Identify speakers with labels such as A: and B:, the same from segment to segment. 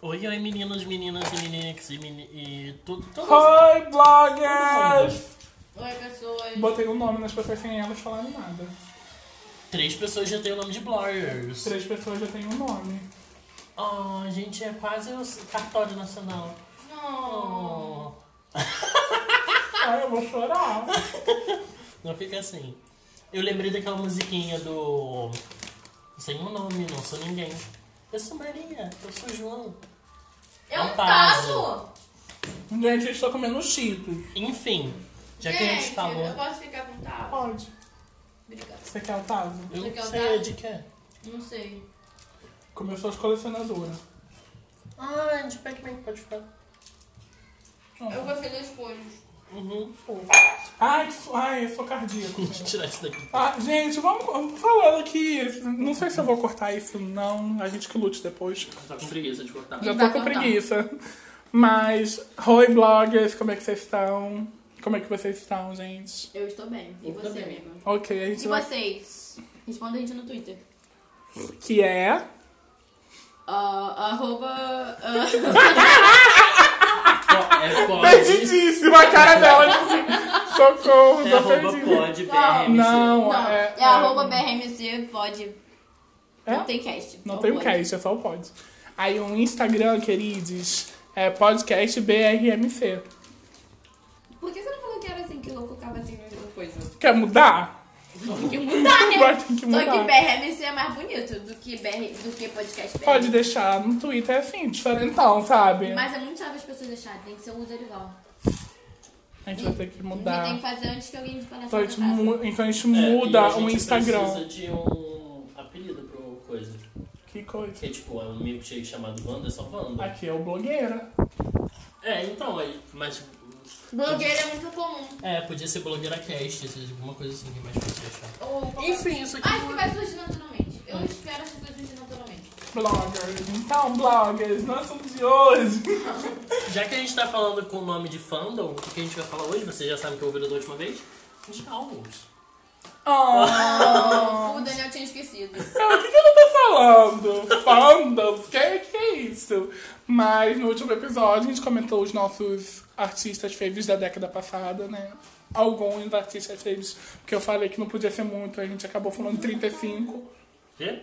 A: Oi, oi, meninos, meninas e meninas e, meni... e tudo. todos-
B: Oi, bloggers!
C: Oi, pessoas.
B: Botei o nome nas pessoas sem elas falarem nada.
A: Três pessoas já têm o nome de bloggers.
B: Três pessoas já têm um nome.
A: Oh, gente, é quase o cartório nacional.
C: Não.
A: Oh.
C: Ah.
B: Ai, Ah, eu vou chorar.
A: Não fica assim. Eu lembrei daquela musiquinha do. Sem um nome, não sou ninguém. Eu sou Maria, eu sou João.
C: É um
A: Tazo.
C: tazo.
B: Gente, eu estou comendo um cheetos.
A: Enfim, já
C: gente,
A: que a gente falou.
C: eu posso ficar com tazo?
B: Pode.
C: Obrigada.
B: Você quer o Tazo?
A: Eu
C: Você quer
A: não
C: o
A: sei
C: dado?
A: de que é.
C: Não sei.
B: Como eu sou as colecionadoras.
A: Ah, de Pac-Man, pode ficar.
C: Eu gostei dos coisas.
A: Uhum.
B: Ai, que so- ai, eu sou cardíaco.
A: Deixa eu tirar isso daqui.
B: Ah, gente, vamos falando aqui. Não sei se eu vou cortar isso, não. A gente que lute depois.
A: Tá com preguiça de cortar.
B: Já
C: vai
B: tô com
C: cortar.
B: preguiça. Mas, oi, bloggers, como é que vocês estão? Como é que vocês estão, gente?
C: Eu estou bem. E
A: Eu
C: você, Tipo,
A: também.
C: amigo?
B: Ok, a gente
C: E
B: vai...
C: vocês? Responda a gente no Twitter.
B: Que é...
C: Ah, arroba. ah,
A: É pode.
B: Perdidíssima a cara dela, tipo assim, socorro,
A: É
B: tô
A: arroba
B: perdida.
A: pode,
C: Não,
A: BRMC.
B: Não,
C: não,
B: é...
C: é, arroba BRMC pode.
B: É?
C: Não tem cast.
B: Não
C: Então
B: tem o
C: pode.
B: cast, é só o pod. Aí o Instagram, queridos, é podcast BRMC.
C: Por que você não falou que era assim que eu colocava assim no coisa?
B: Quer mudar?
C: Tem que mudar, né?
B: Vai ter que
C: Só que
B: mudar.
C: BRMC é mais bonito do que, BR, do que podcast BR.
B: Pode deixar no Twitter, é assim, diferentão, sabe?
C: Mas é muito chave as pessoas acharem, tem que ser um o Dorival.
B: A gente vai ter que
C: E tem
B: mudar.
C: que fazer antes que alguém despareça.
B: Então a gente,
C: na casa.
B: mu- então a gente
A: É,
B: muda
A: e a gente
B: o Instagram.
A: precisa de um apelido pro coisa.
B: Que coisa.
A: Que tipo, é um milkshake chamado Wanda, é só Wanda.
B: Aqui é o blogueira.
A: É, então, aí, mas.
C: Blogueira é muito comum.
A: É, podia ser blogueira cast, seja alguma coisa assim que é mais fácil de achar.
C: Ou-
A: Enfim, isso aqui.
C: Acho que vai surgir naturalmente. Eu espero que vai surgir naturalmente.
B: Bloggers. Então, bloggers, nós somos de hoje.
A: Já que a gente tá falando com o nome de fandom, o que que a gente vai falar hoje? Vocês já sabem que eu ouviram da última vez? De alvos.
B: Oh.
C: O Daniel tinha esquecido.
B: Não, o que, que ela tá falando? Fandoms? Que, que é isso? Mas no último episódio a gente comentou os nossos artistas faves da década passada, né? Alguns artistas faves que eu falei que não podia ser muito, a gente acabou falando 35.
A: Quê?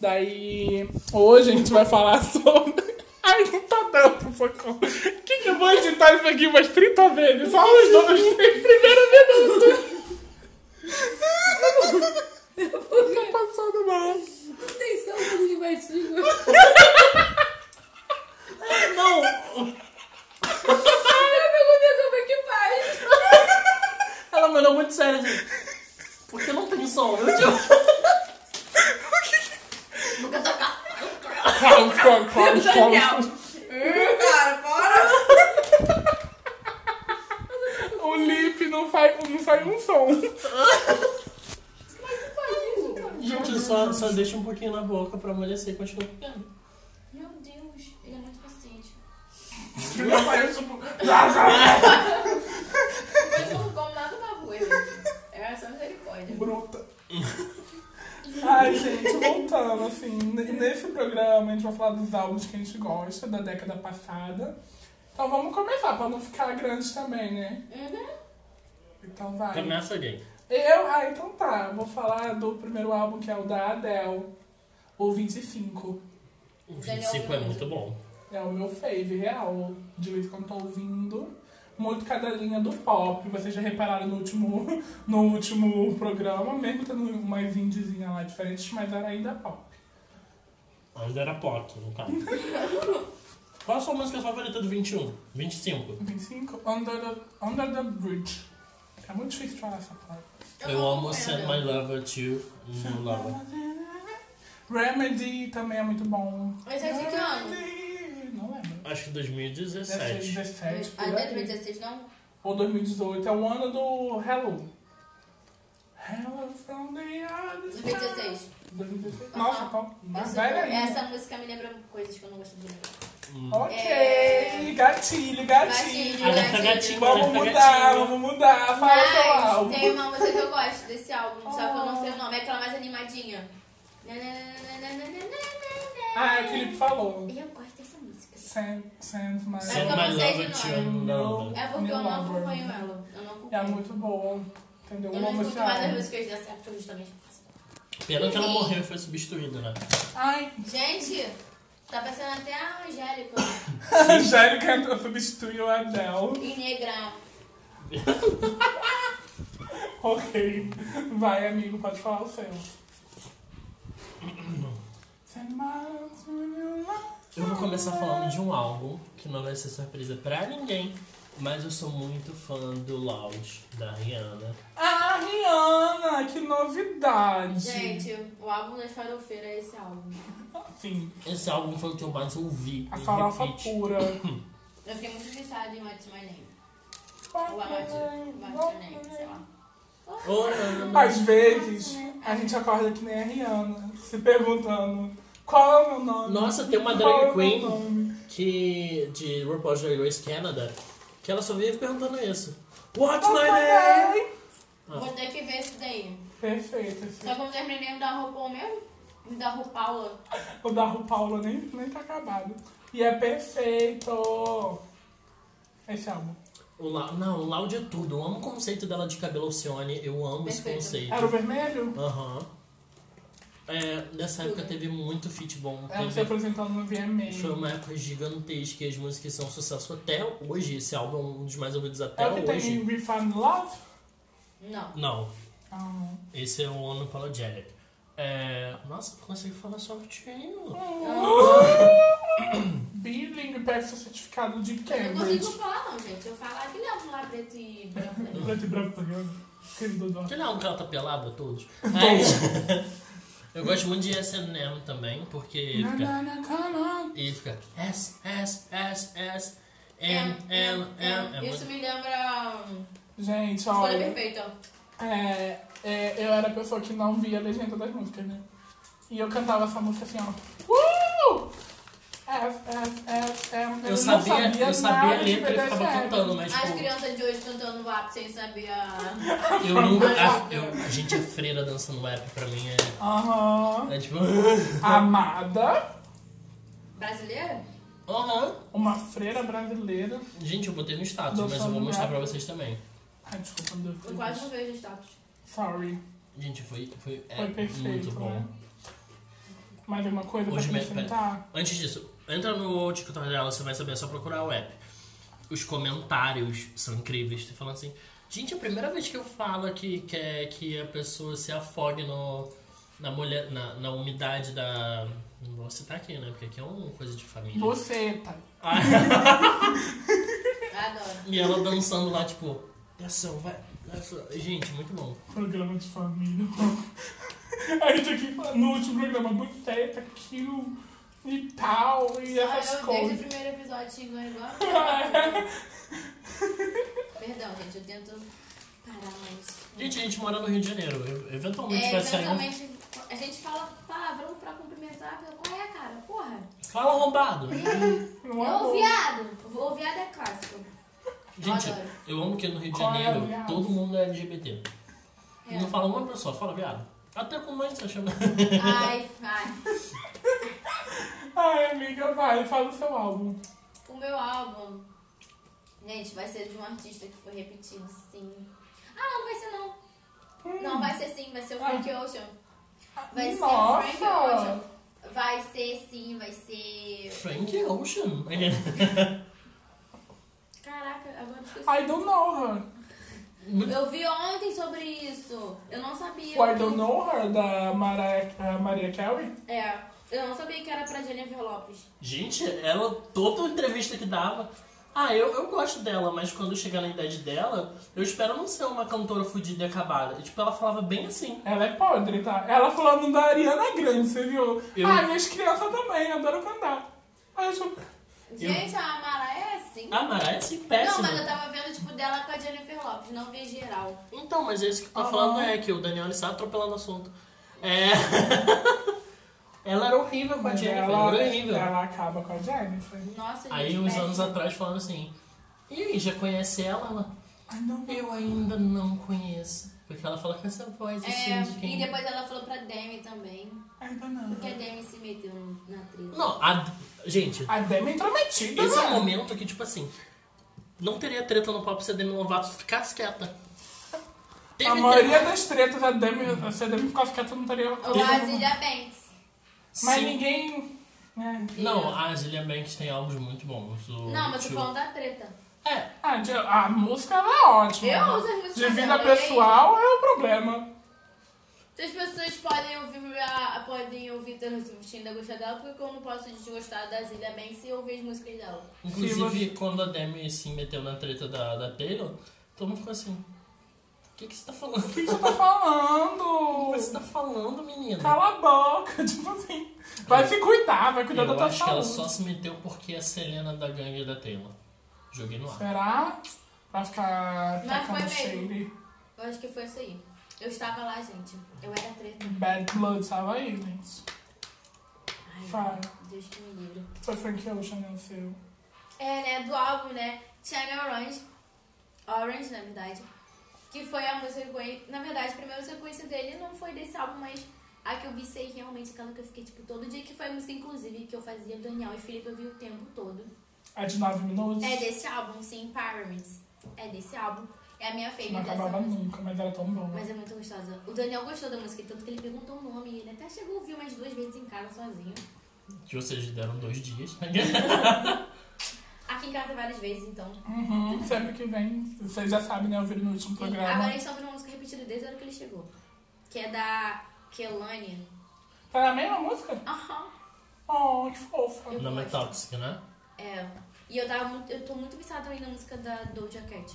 B: Daí hoje a gente vai falar sobre. Ai, não tá dando, socorro. Que que eu vou editar isso aqui umas 30 vezes? Só os dois, os três primeiros minutos. Tô passando mal.
C: Não tem sangue de batismo.
A: Não!
C: como é que faz.
A: Ela mandou muito sério assim. Por que não tem som? Eu te...
C: Nunca tocar.
B: Clau, clau, clau, clau.
C: Hum, Cara, para.
B: O lip não sai, não sai um som.
A: Gente, só, só deixa um pouquinho na boca pra amolecer e continua ficando.
C: Meu Deus, ele é muito paciente.
B: Não sai um som.
C: Mas eu não como nada na rua, gente. É essa misericórdia.
B: Bruta. Ai, gente, voltando, assim, n- nesse programa a gente vai falar dos álbuns que a gente gosta da década passada. Então vamos começar, pra não ficar grande também, né?
C: Uhum.
B: Então vai.
A: Começa alguém.
B: Eu, ah, então tá, eu vou falar do primeiro álbum que é o da Adele, o
A: O
B: 25.
C: Daniel
A: 25 é
C: Brunner.
A: muito bom.
B: É o meu fave, real. De vez em quando tô ouvindo. Muito cadelinha do pop. Vocês já repararam no último, no último programa, mesmo tendo umas indiezinha lá diferentes, mas era ainda pop.
A: Ainda era pop, no caso. Qual a sua música favorita do 21? 25?
B: 25, Under the, Under the Bridge. É muito difícil falar essa palavra.
A: Eu amo Send My Lover to New Lover.
B: Remedy também é muito bom.
C: Mas é de que ano?
B: Remedy, Não lembro.
A: Acho que
B: Deve ser
A: 2017.
B: 17, por
C: Ah,
B: aí.
C: 2016 não?
B: Ou 2018, é o ano do Hello. Hello from the other side.
C: 2016.
B: 2016. Nossa,
C: Aham.
B: tá mais
C: Essa-
B: velha ainda.
C: Essa música me lembra coisas que eu não gosto de lembrar.
A: Hum.
B: Ok,
C: É.
B: gatilho, gatilho.
C: Gatilho,
A: Alerta
C: gatilho.
A: tá gatinho,
B: Vamos
A: alerta
B: mudar,
A: gatinho.
B: vamos mudar. Fala seu
C: Mas
B: álbum.
C: tem uma música que eu gosto desse álbum, só que eu
B: Oh.
C: não sei o nome. É aquela mais animadinha. Na, na, na, na, na, na, na, na, na,
B: Ah, é o que o Felipe falou.
C: Eu gosto dessa música.
B: Send, send my...
C: Send
A: Send
C: eu
A: my
C: não sei
A: love
C: de
A: to
C: nome.
A: another.
C: É porque
B: Meu
C: eu não
B: amor.
C: acompanho ela. Eu não
B: É
C: acompanho.
B: muito boa. Entendeu?
C: Eu
B: Uma
C: não escuto mais as
B: música.
C: músicas dessa época justamente por causa dela.
A: Pena que ela morreu e foi substituída, né?
B: Ai,
C: Gente, tá parecendo até a Angélica.
B: a Angélica substituiu a Adele.
C: E negra.
B: Ok. Vai, amigo, pode falar o seu. Send my- send my love.
A: Eu vou começar falando de um álbum que não vai ser surpresa pra ninguém, mas eu sou muito fã do Loud, da Rihanna.
B: Ah, Rihanna, que novidade.
C: Gente, o álbum das farofeiras é esse álbum.
B: Sim,
A: Esse álbum foi o que eu mais ouvi.
B: a
A: em
B: farofa
A: repeat.
B: pura.
C: Eu fiquei muito viciada em What's My Name. Ou a What's What's Your Name, sei lá.
A: Oh, não, não.
B: Às vezes, a gente acorda que nem a Rihanna, se perguntando qual é o meu nome.
A: Nossa, tem uma
B: Qual é
A: drag
B: o meu
A: queen
B: nome?
A: que, de RuPaul's Drag Race Canada que ela só vive perguntando isso. What's
B: Qual
A: my
B: é?
A: name? Ah.
C: Vou ter que ver isso daí.
B: Perfeito. esse-
C: Só que eu não terminei o da RuPaul mesmo. O da RuPaula.
B: O da Paula nem, nem tá acabado. E é perfeito. Esse álbum.
A: O La... Não, o Loud é tudo. Eu amo o conceito dela de cabelo Alcione. Eu amo
C: Perfeito.
A: esse
B: Era
A: conceito.
B: o vermelho?
A: Aham. É, nessa época teve muito feat bom.
B: Ela se
A: teve-
B: apresentando no
A: Foi
B: VMA.
A: uma época gigantesca e as músicas são um sucesso até hoje. Esse álbum é um dos mais ouvidos até
B: É o que
A: hoje.
B: tem Refine Love?
C: Não.
A: Não,
B: Ah,
A: esse é o Unapologetic. É... Nossa, não consigo falar certinho.
B: Billing pega seu certificado de
C: Eu não consigo
B: Cambridge.
C: falar não, gente. Eu falo aquele álbum lá preto e branco. né?
B: Preto e branco, tá ligado? Querido dó.
A: Aquele álbum que ela tá pelada todos. Mas- Eu gosto muito de S&M também, porque ele fica...
B: Na, na, na, na, na.
A: Ele fica S, S, S, S,
B: É,
A: M, M, M. É
C: É,
A: muito...
C: Isso me lembra... hum,
B: Gente,
C: Escolha
B: olha.
C: Perfeita.
B: É, é, eu era a pessoa que não via a legenda das músicas, né? E eu cantava essa música assim, ó. Uh! F, F, F, F.
A: Eu sabia,
B: não
A: eu sabia a
B: nada de
A: letra e ficava
B: BDSM.
A: cantando, mas
C: As
A: tipo,
C: crianças de hoje cantando WAP sem saber a...
A: eu nunca... A, eu- a gente é freira dançando rap, pra mim é...
B: Aham.
A: É tipo...
B: Amada,
C: Brasileira?
A: Aham.
B: uma freira brasileira.
A: Gente, eu botei no status,
B: Dançando
A: mas eu vou mostrar
B: rap.
A: pra vocês também.
B: Ai, desculpa, meu
C: Eu quase não
B: Deus.
C: vejo status.
B: Sorry.
A: Gente, foi, foi, é
B: Foi perfeito,
A: muito bom.
B: né? Mais alguma coisa
A: Hoje
B: pra
A: me-
B: acrescentar?
A: Antes disso, entra no TikTok dela, você vai saber, é só procurar o app. Os comentários são incríveis. Você falando assim, gente, é a primeira vez que eu falo que, que, é- que a pessoa se afogue no, na, mulher, na, na umidade da. Não vou citar aqui, né? Porque aqui é uma coisa de família.
B: Você, tá?
A: Ah,
C: Adoro.
A: e ela dançando lá, tipo, atenção, vai. atenção." Gente, muito bom.
B: Programa de família. A gente aqui fala- no último programa, buceta, kill e tal, e essas
C: eu, desde o
B: coisas.
C: primeiro episódio xingando igual. Perdão, gente, eu tento parar, mas.
A: Gente, a gente mora no Rio de Janeiro. e-
B: tipo assim,
A: Eventualmente
B: né?
C: É,
A: vai sair um
C: eventualmente, a gente fala palavrão pra cumprimentar, mas qual é, cara? Porra!
A: Fala arrombado!
C: E aí?
B: Não é
C: Ô,
B: bom.
C: viado! Ô, viado é clássico.
A: Gente,
C: Adoro.
A: eu amo que no Rio de
B: Qual é,
A: Janeiro
B: viado?
A: todo mundo é LGBT.
C: É.
A: Não fala uma pessoa, fala viado. Até com mãe você chama.
C: Ai, ai.
B: Ai, amiga, vai, fala o seu álbum.
C: O meu álbum, gente, vai ser de um artista que foi repetido, sim. Ah, não, vai ser não.
B: Hum,
C: Não, vai ser sim, vai ser o Frank Ocean. Vai
B: Nossa!
C: ser um o Frank Ocean. Vai ser sim, vai ser.
A: Frank Ocean.
C: Caraca, agora eu esqueci.
B: I don't know her.
C: Eu vi ontem sobre isso. Eu não sabia.
B: O I don't know her da Mara, a Maria Carey.
C: É. Eu não sabia que era pra Jennifer Lopes.
A: Gente, ela, toda entrevista que dava. Ah, eu, eu gosto dela, mas quando chegar na idade dela, eu espero não ser uma cantora fodida e acabada. Tipo, ela falava bem assim.
B: Ela é podre, tá? Ela falando da Ariana Grande, você viu?
A: Eu-
B: Ai, minhas crianças também, adoram cantar. tipo, Ai, deixa eu...
C: Gente, a Mara é assim.
A: A Mara é assim,
C: não,
A: péssima.
C: mas eu tava vendo, tipo, dela com a Jennifer Lopes. Não vi geral.
A: Então, mas é isso que eu tô
B: Ah.
A: falando é que o Daniel está atropelando o assunto. É. ela era horrível com a Jennifer. né?
B: Ela,
A: Ela era horrível.
B: ela acaba com a Jennifer.
C: Nossa, gente.
A: Aí uns
C: péssimo.
A: anos atrás falando assim, e aí, já conhece ela? Ela,
B: Ai, não.
A: Eu ainda não conheço. Porque ela fala com essa voz assim
C: É,
A: de quem.
C: e depois ela falou pra Demi também.
B: Ainda não.
C: Porque a Demi se meteu na trilha.
A: Não, a. Gente,
C: Ah,
B: A Demi é intrometida,
A: esse é um
B: né?
A: momento que, tipo assim, não teria treta no papo se a Demi Lovato ficasse quieta. Teve
B: A maioria
A: treta.
B: das tretas, a Demi, se a Demi ficasse quieta, não teria...
C: Ou a Zilia Banks.
B: Mas
A: Sim.
B: ninguém... É.
A: Não, a Zilia Banks tem álbuns muito bons. O
C: Não, mas eu tô
A: Two-
C: falando da treta.
A: É,
B: Ah, de- a música ela é ótima.
C: Eu uso as músicas
B: De vida
C: dela, eu
B: pessoal é o problema.
C: Então as pessoas podem ouvir, a, a- podem ouvir Taylor Swift e ainda gostar dela, porque eu não posso desgostar da Zilia Banks e ouvir as músicas dela.
A: inclusive
B: Sim,
A: quando a Demi se meteu na treta da, da Taylor, todo mundo ficou assim. O que, que você tá falando?
B: O que você tá
A: O que você
B: falando?
A: tá falando, menina?
B: Cala a boca, tipo assim. Vai se cuidar, vai cuidar da
A: Eu
B: tua
A: acho que ela
B: saúde.
A: só se meteu porque a Selena da gangue da Taylor. Joguei no ar.
B: Será? Vai ficar
C: Mas foi
B: tacando
C: mesmo.
B: shade.
C: Eu acho que foi isso aí. Eu estava lá, gente. Eu era treta.
B: Bad Blood tava aí, gente.
C: Ai,
B: Fala.
C: Deus que me livre.
B: Foi Frank Ocean, né, o seu.
C: É, né, do álbum, né? China Orange. Orange, na verdade. Que foi a música que eu conheci. Na verdade, a primeira música que eu conheci dele não foi desse álbum, mas a que eu vi sei realmente aquela que eu fiquei, tipo, todo dia. Que foi a música, inclusive, que eu fazia Daniel e Felipe, eu vi o tempo todo.
B: A de 9 minutos.
C: É desse álbum, sim, Pyramids. É desse álbum. É a minha
B: Não
C: favorite dessa
B: acabava
C: música.
B: nunca, mas era tão boa.
C: Mas é muito gostosa. O Daniel gostou da música, tanto que ele perguntou o nome. Ele até chegou a ouvir umas duas vezes em casa sozinho.
A: Que vocês deram dois dias.
C: Aqui em casa várias vezes, então.
B: Uhum, sempre que vem, vocês já sabem, né? Eu vi no último
C: Sim.
B: programa.
C: Agora eles estão ouvindo uma música repetida desde a hora que ele chegou. Que é da Kelani.
B: Tá na mesma música?
C: Aham.
B: Oh, que fofa.
C: Eu
A: Não é
C: gosto.
A: tóxica, né?
C: É. E eu tava muito. Eu tô muito viciada também na música da Doja Cat.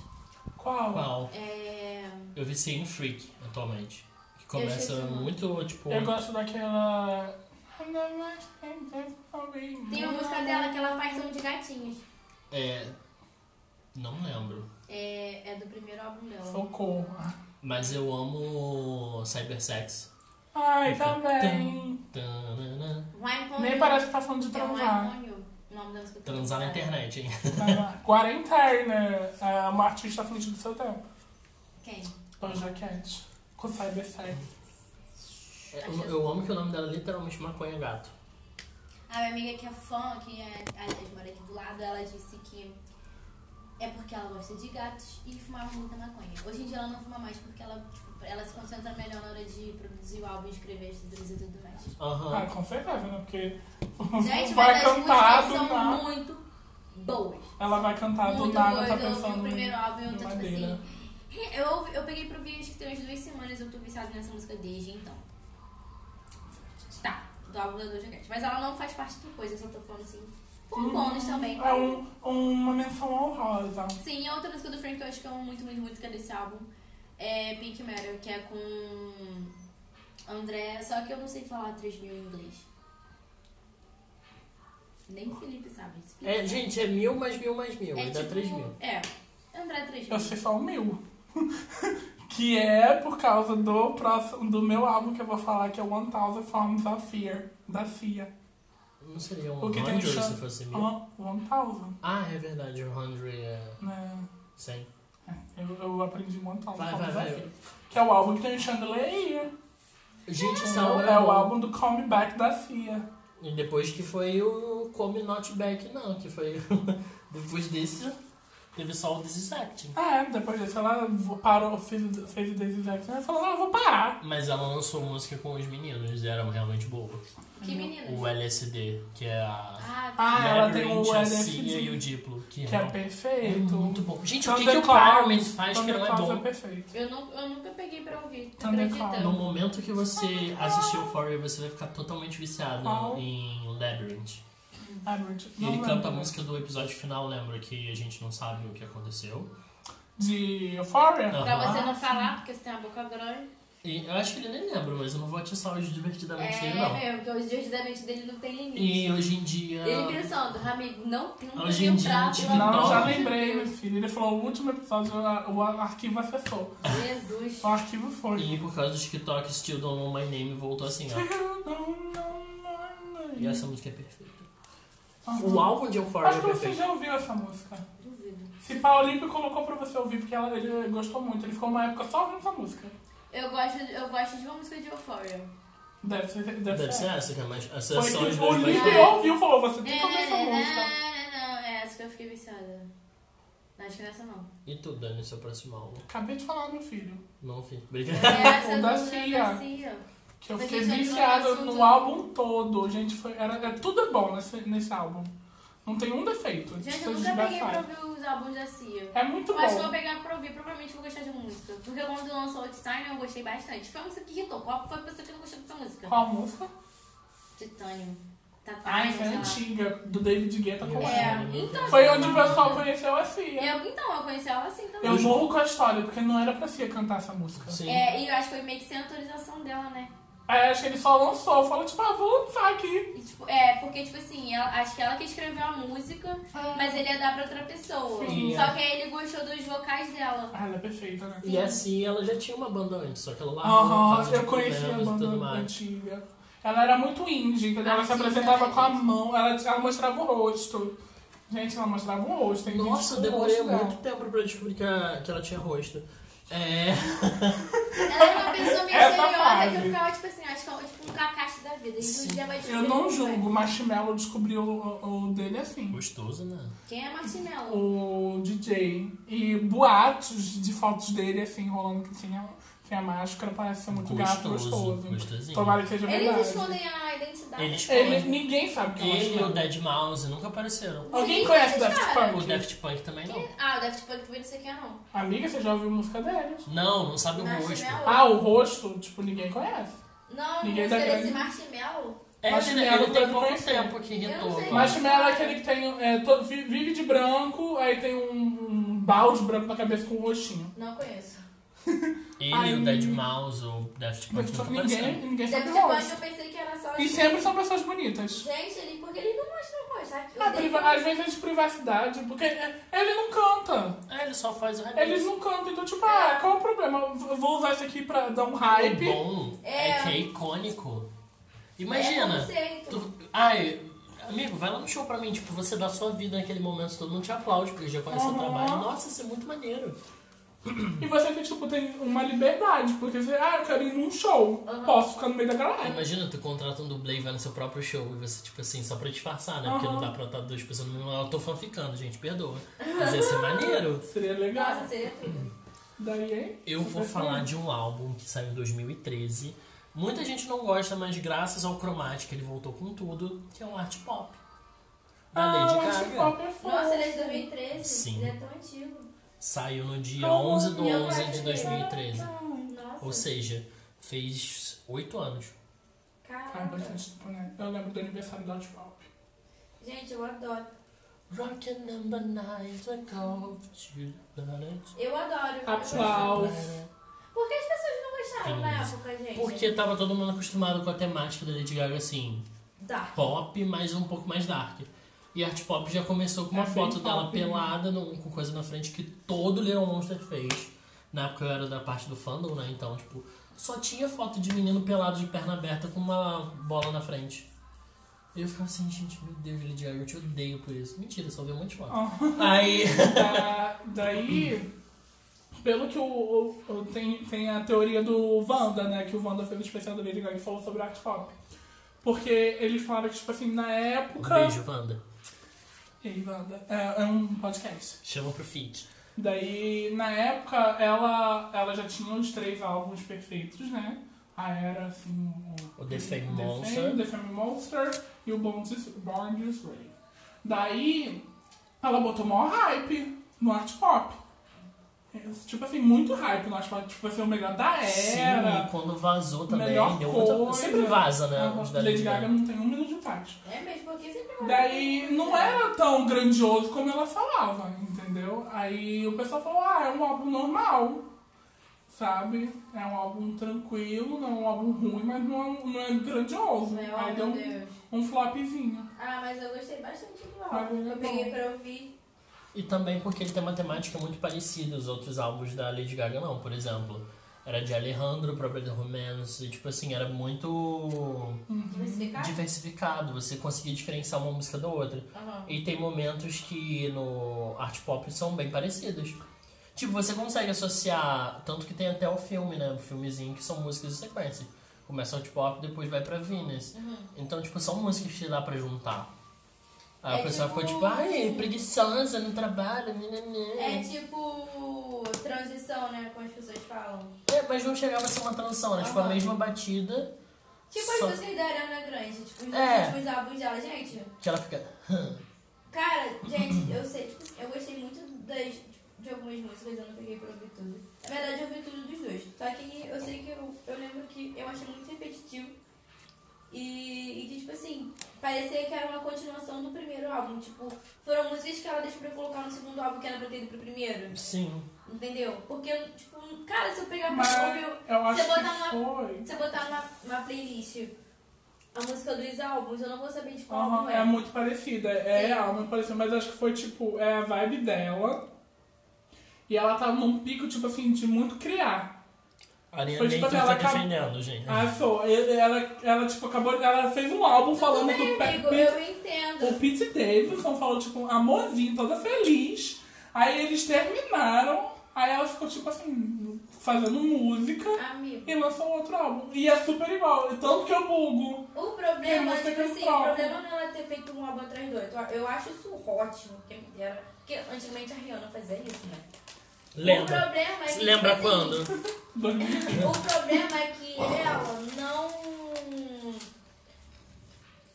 B: Qual?
A: Qual?
C: É.
A: Eu vi ser em Freak atualmente. Que
C: esqueci
A: começa
C: o nome.
A: muito, tipo.
B: Eu gosto daquela.
C: Tem uma música dela que ela faz som de gatinhos.
A: É. Não lembro.
C: É, é do primeiro álbum dela.
B: Socorro.
A: Mas eu amo Cybersex.
B: Ai, também.
A: Tanana.
C: Wine Pony.
B: Nem parece que tá falando de
C: É
B: transar.
C: Wine Pony. O nome da música.
A: Transar na internet, hein?
B: Quarentena. É uma artista à frente do seu tempo.
C: Quem?
B: Doja Cat. Com Cybersex.
A: Eu, eu amo que o nome dela é literalmente maconha gato.
C: A minha amiga que é fã, que é, aliás, mora aqui do lado, ela disse que é porque ela gosta de gatos e fumava muita maconha. Hoje em dia ela não fuma mais porque ela, tipo, ela se concentra melhor na hora de produzir o álbum, escrever as letras e tudo mais.
A: Aham.
B: Ah, com certeza, né? Porque
C: Gente,
B: vai
C: mas as
B: cantar
C: músicas
B: do
C: são
B: nada.
C: muito boas.
B: Ela vai cantar do
C: muito
B: nada,
C: boas.
B: tá
C: eu ouvi
B: pensando.
C: o primeiro álbum e eu
B: em
C: tô tipo
B: madeira.
C: assim. Eu, ouvi- eu peguei pra ouvir acho que tem umas duas semanas eu tô viciada nessa música desde então. Tá, do álbum da Doja Cat. Mas ela não faz parte do coisa, eu só tô falando assim. Um bônus também.
B: É um- uma menção honrosa.
C: Sim, e a outra música do Frank que eu acho que eu amo muito, muito, muito, que é desse álbum, é Pink Matter, que é com André, só que eu não sei falar 3 mil em inglês. Nem o Felipe sabe. Explica.
A: É, gente, é mil mais mil mais mil.
C: É
A: e dá
C: tipo-
A: três mil.
C: É, André 3 mil.
B: Eu sei só o meu. que é por causa do próximo, do meu álbum que eu vou falar, que é One Thousand Forms of Fear, da Cia.
A: Não seria um
B: O que tem no
A: hundred
B: chão?
A: se fosse mil?
B: Ah, One Thousand,
A: Ah, é verdade. Um hundred é
B: né?
A: cem.
B: É, Eu, eu aprendi One Thousand
A: Vai, vai,
B: Forms
A: vai.
B: of Fear. Que é o álbum que tem o Chandelier.
A: Gente, essa hora
B: É o álbum do Comeback da Cia.
A: E depois que foi o Come Not Back, não, que foi. depois desse, teve só o Disacting.
B: É, depois disso ela parou, fez, fez o Desexact e falou, ah, eu vou parar.
A: Mas ela lançou música com os meninos, e eram realmente boas.
C: Que menino.
A: O LSD, que é a.
C: Ah, tá.
B: Ah, ela
A: Mary
B: tem o
A: Lynch, a
B: LSD,
A: Cia e o Diplo, que,
B: que é
A: realmente é
B: perfeito.
A: muito bom. Gente, o que, que o
B: Thunderclouds-
A: Parliament faz que não é
B: Thunderclouds
A: bom?
B: perfeito.
C: Eu, não, eu nunca peguei pra ouvir, tô
B: Também
A: No
C: acreditando.
B: falo.
A: momento que você assistir Euphoria, você vai ficar totalmente viciado
B: Qual?
A: em Labyrinth.
B: Ai, meu Deus.
A: E
B: Não
A: ele canta a
C: então.
B: lembro.
A: música do episódio final, lembra que a gente não sabe o que aconteceu.
B: De Euphoria?
A: Não.
C: Pra você
B: Ah,
C: não
B: sim.
C: falar, porque você tem a boca grande.
A: E eu acho que ele nem lembra, mas eu não vou atiçar hoje divertidamente
C: É,
A: dele, não.
C: mesmo, porque os dias da mente dele não tem limite.
A: E hoje em dia.
C: Ele pensando, amigo, não tem um
A: Hoje em dia, tipo,
B: Não, eu já
A: Nossa.
B: lembrei, meu filho. Ele falou o último episódio, o o arquivo acessou.
C: Jesus.
B: O arquivo foi.
A: E por causa do TikTok, Still Don't Know My Name voltou assim, ó.
B: Eu não, não, não, não.
A: E essa música é perfeita.
B: Aham.
A: O álbum de Euphoria
B: Acho
A: é
B: que você
A: perfeito.
B: já ouviu essa música.
C: Duvido.
B: Se Paulinho colocou pra você ouvir, porque ela- ele gostou muito. Ele ficou uma época só ouvindo essa música.
C: Eu gosto, eu gosto de uma música de Euphoria.
B: Deve ser. Deve,
A: Deve ser
B: ser.
A: essa que é mais. Essa é
B: Foi
A: só os
B: que o
A: dois mais.
B: Lipe
C: É.
B: ouviu e falou: você tem que ouvir essa música.
C: Não, é essa que eu fiquei viciada. Não, acho que nessa não.
A: E tu, Dani, seu próximo álbum?
B: Acabei de falar, meu filho.
A: Não, filho.
C: É
A: Obrigado.
C: essa
B: O
C: do
B: da
C: da
B: Cia.
C: Cia.
B: Que eu
C: Mas
B: fiquei
C: a gente vai
B: viciada
C: mudar o
B: no
C: assunto.
B: álbum todo. Gente, foi, era, é- tudo é bom nesse, nesse álbum. Não tem um defeito.
C: Gente,
B: Isso é
C: eu nunca peguei pra
B: desgraçado.
C: ouvir os álbuns da Cia.
B: É muito
C: Eu acho que eu vou
B: bom.
C: pegar pra ouvir, provavelmente vou gostar de música. Porque quando lançou Outstine eu gostei bastante. Foi a música que irritou. Qual foi a pessoa que não gostou dessa música?
B: Qual a música?
C: Titânio.
B: Ah,
C: Tatá,
B: essa é antiga, do David Guetta com ela.
C: É, então.
B: Foi onde o pessoal conheceu a Cia.
C: Eu, então, eu conheci ela assim também.
B: Eu morro com a história, porque não era pra Cia cantar essa música.
A: Sim.
C: É, e eu acho que foi meio que sem autorização dela, né?
B: Aí acho que ele só lançou, falou tipo, ah, vou lançar aqui.
C: E, tipo, é, porque, tipo assim, ela- acho que ela que escreveu a música, mas ele ia dar pra outra pessoa.
B: Sim. é.
C: Só que aí ele gostou dos vocais dela.
B: Ah, ela é perfeita, né?
A: E assim, ela já tinha uma banda antes, só que ela largou. por
B: Aham,
A: causa um de
B: eu conheci a
A: problemas e
B: banda
A: tudo mais.
B: antiga. Ela era muito indie, entendeu? Ela se
C: Artista,
B: apresentava
C: né,
B: com a
C: gente?
B: mão, ela, ela mostrava o rosto. Gente, ela mostrava o rosto. Tem
A: Nossa, eu é.
B: vídeo com o
A: demorei
B: rosto dela.
A: muito tempo pra descobrir que, a- que ela tinha rosto. É.
C: Ela era uma pessoa meio
B: Essa
C: misteriosa
B: fase.
C: que eu ficava, tipo assim, acho que é tipo um cacaxe da vida. A gente
A: Sim.
C: um dia vai
B: Eu
C: descobrir
B: não
C: quem
B: julgo, o Marshmallow descobriu o, o dele assim.
A: Gostoso, né?
C: é. Quem é Martinello?
B: O DJ. E boatos de fotos dele assim, rolando que sem a, sem a máscara, parece ser muito gato gostoso.
A: Gostosinho.
B: Tomara que seja verdade.
C: Eles escondem a identidade.
A: Eles-
B: Ele- ninguém sabe que é o
A: Ele e o
B: Marshmallow.
A: Dead Mouse nunca apareceram.
B: Alguém
C: Sim,
B: conhece o
C: esses
B: Daft
C: caras.
A: O
B: Punk?
A: Daft Punk também não.
C: Quem- Ah, o Daft Punk também não sei quem é, não.
B: Amiga, você já ouviu música deles?
A: Não, não é sabe o rosto.
C: Marshmallow?
B: Ah, o rosto, tipo, ninguém conhece.
C: Não,
B: Ninguém
C: música
B: tá
C: desse
B: grande.
C: Marshmallow?
A: É, ele,
B: Marshmallow
A: ele tem
B: pra
A: pouco
B: conhecer.
A: tempo que
C: Eu não
A: irritou.
C: sei.
B: Marshmallow é aquele que tem, é, todo, vi- vive de branco, aí tem um, um balde branco na cabeça com um rostinho.
C: Não conheço.
A: Ele
B: Ai.
A: e o Dead Mouse ou o Daft Punk
B: Mas tipo,
A: nunca
B: ninguém,
A: apareceram.
B: ninguém sabe
C: Daft
B: o
C: Punk eu
B: rosto.
C: pensei que era só.
B: E
A: é
B: sempre são pessoas bonitas.
C: Gente, ele, porque ele não mostra o rosto. Aqui,
B: Ah,
C: o dele-
B: priva- às vezes de privacidade, porque é, ele não canta.
A: É, ele só faz o
B: Eles não cantam, então tipo, ah, qual o problema? Eu vou usar isso aqui pra dar um hype.
A: O Tá bom é,
C: É.
A: que é icônico.
C: É
A: Imagina.
C: conceito.
A: tu- ai, amigo, vai lá no show pra mim. Tipo, você dá sua vida naquele momento, todo mundo te aplaude, porque já conhece
B: Uhum.
A: seu trabalho. Nossa, isso é muito maneiro.
B: E você que, tipo, tem uma liberdade, porque você, ah, eu quero ir num show. Posso ficar no meio da galera.
A: Ah, Imagina, tu contrata um dublê e vai no seu próprio show. E você, tipo assim, só pra disfarçar, né? Porque
B: Uhum.
A: não dá pra estar duas pessoas no mesmo lugar. Eu tô fanficando, gente, perdoa. Mas ia ser maneiro.
B: Seria legal.
C: Nossa, é seria tudo.
B: Daí, hein?
A: Eu vou falar de um álbum que saiu em 2013. Muita gente não gosta, mas graças ao Chromatic ele voltou com tudo, que é um art pop. Da
B: Ah,
A: Lady
B: eu acho que
A: Gaga.
B: pop é fofo.
C: Nossa, ele é de 2013.
A: Sim.
C: Ele é tão antigo.
A: Saiu no dia
B: Ah,
A: 11 do
C: eu
A: 11 de
C: acho que- é
A: 2013.
C: Nossa.
A: Ou seja, fez oito anos.
B: Faz
C: Caraca.
B: bastante tempo, né? Eu lembro do aniversário do Hot Pop.
C: Gente, eu adoro.
A: Rockin' number nine, I go to the-
C: Eu
A: Ah,
C: adoro.
B: Atual.
C: Por que as pessoas não gostaram na
A: Feminismo.
C: época, gente?
A: Porque tava todo mundo acostumado com a temática da Lady Gaga assim,
C: Tá.
A: pop, mas um pouco mais dark. E art pop já começou com uma
B: É bem
A: foto dela
B: pop, né?
A: pelada, num- com coisa na frente que todo Little Monster fez. Na época eu era da parte do fandom, né? Então, tipo, só tinha foto de menino pelado de perna aberta com uma bola na frente. E eu ficava assim, gente, meu Deus, Lady Gaga, eu te odeio por isso. Mentira, só vi um monte de foto. Aí.
B: Da- daí, pelo que o, o- o- tem, tem a teoria do Wanda, né? Que o Wanda fez o especial da Lady Gaga e falou sobre Hot Pop. Porque eles falaram que, tipo assim, na
A: Um
B: época.
A: beijo, Wanda.
B: Ei, Wanda. É, é um podcast.
A: Chama pro feed.
B: Daí, na época, ela, ela já tinha os três álbuns perfeitos, né? A era, assim, o...
A: O The Fame
B: Fame,
A: Monster.
B: The Fame Monster e o Born This, Born This Way. Daí, ela botou maior hype no art pop. É, Tipo assim, muito hype no art pop. Tipo, vai ser o melhor da
A: Sim, e
B: era.
A: quando vazou também,
B: melhor
A: deu outra-
B: coisa.
A: Sempre vaza, né?
B: A
A: os da
B: Lady Gaga não tem um minuto de paz.
C: É mesmo, porque sempre vai.
B: Daí não é era tão grandioso como ela falava, entendeu? Aí o pessoal falou, ah, é um álbum normal, sabe? É um álbum tranquilo, não é um álbum ruim, mas não é, não é grandioso.
C: Meu,
B: Aí deu
C: meu
B: um,
C: Deus.
B: um flopzinho.
C: Ah, mas eu gostei bastante do
B: Mas
C: álbum.
B: ele é
C: Eu peguei pra ouvir.
A: E também porque ele tem uma temática muito parecida, os outros álbuns da Lady Gaga não, por exemplo. Era de Alejandro, Probably the Romance. E, tipo assim, era muito
B: Uhum.
C: Diversificar?
A: diversificado. Você conseguia diferenciar uma música da outra.
C: Aham.
A: E tem momentos que no art pop são bem parecidos. Tipo, você consegue associar, tanto que tem até o filme, né? O filmezinho que são músicas de sequência. Começa o art pop, depois vai pra Venus.
C: Uhum.
A: Então, tipo, são músicas que dá pra juntar. Aí
C: É
A: a pessoa
C: tipo-
A: ficou tipo, ai, preguiçosa, não trabalha,
C: É
A: né?
C: tipo transição, né? Como as pessoas falam.
A: É, mas não chegava a ser uma transição, né? Tipo, a
C: Aham.
A: mesma batida,
C: Tipo as
A: Só-
C: músicas da Ariana Grande, tipo, os
A: É.
C: últimos álbuns dela, gente.
A: que ela fica...
C: Cara, gente, eu sei, tipo, eu gostei muito das, de algumas músicas, eu não peguei pra ouvir tudo. Na verdade, eu ouvi tudo dos dois. Só que eu sei que eu, eu lembro que eu achei muito repetitivo. E, e que, tipo assim, parecia que era uma continuação do primeiro álbum. Tipo, foram músicas que ela deixou pra colocar no segundo álbum que era pra ter ido pro primeiro.
A: Sim.
C: Entendeu? Porque, tipo, cara, se eu pegar pra
B: Mas
C: ouvir.
B: eu acho
C: Você botar
B: que foi.
C: Se eu botar uma, uma playlist a música dos álbuns, eu não vou saber de qual
B: Aham,
C: álbum
B: é
C: é.
B: muito parecida, é
C: Sim.
B: real, muito parecida, mas acho que foi tipo, é a vibe dela. E ela tava num pico, tipo assim, de muito criar.
A: A Ariana
B: Foi, tipo,
A: Nathan
B: ela
A: tá
B: acaba-
A: defendendo, gente.
B: Ah, sou, ela, ela, tipo, acabou. Ela fez um álbum
C: Tudo
B: falando
C: bem,
B: do Pe-
C: amigo,
B: Pete-
C: eu entendo.
B: O Pete Davidson falou, tipo, um amorzinho, toda feliz. Aí eles terminaram, aí ela ficou, tipo assim, fazendo música
C: Amigo.
B: e lançou um outro álbum. E é super igual, tanto que eu bugo.
C: O
B: Tem
C: problema,
B: música
C: tipo
B: que eu
C: assim, o
B: troco.
C: problema não é ela ter feito um álbum atrás do outro. Eu acho isso ótimo, que me dera. Porque antigamente a Rihanna fazia isso, né? O
A: Lembra?
C: problema é que,
A: Você lembra
C: tipo assim,
A: quando?
C: O problema é que ela não.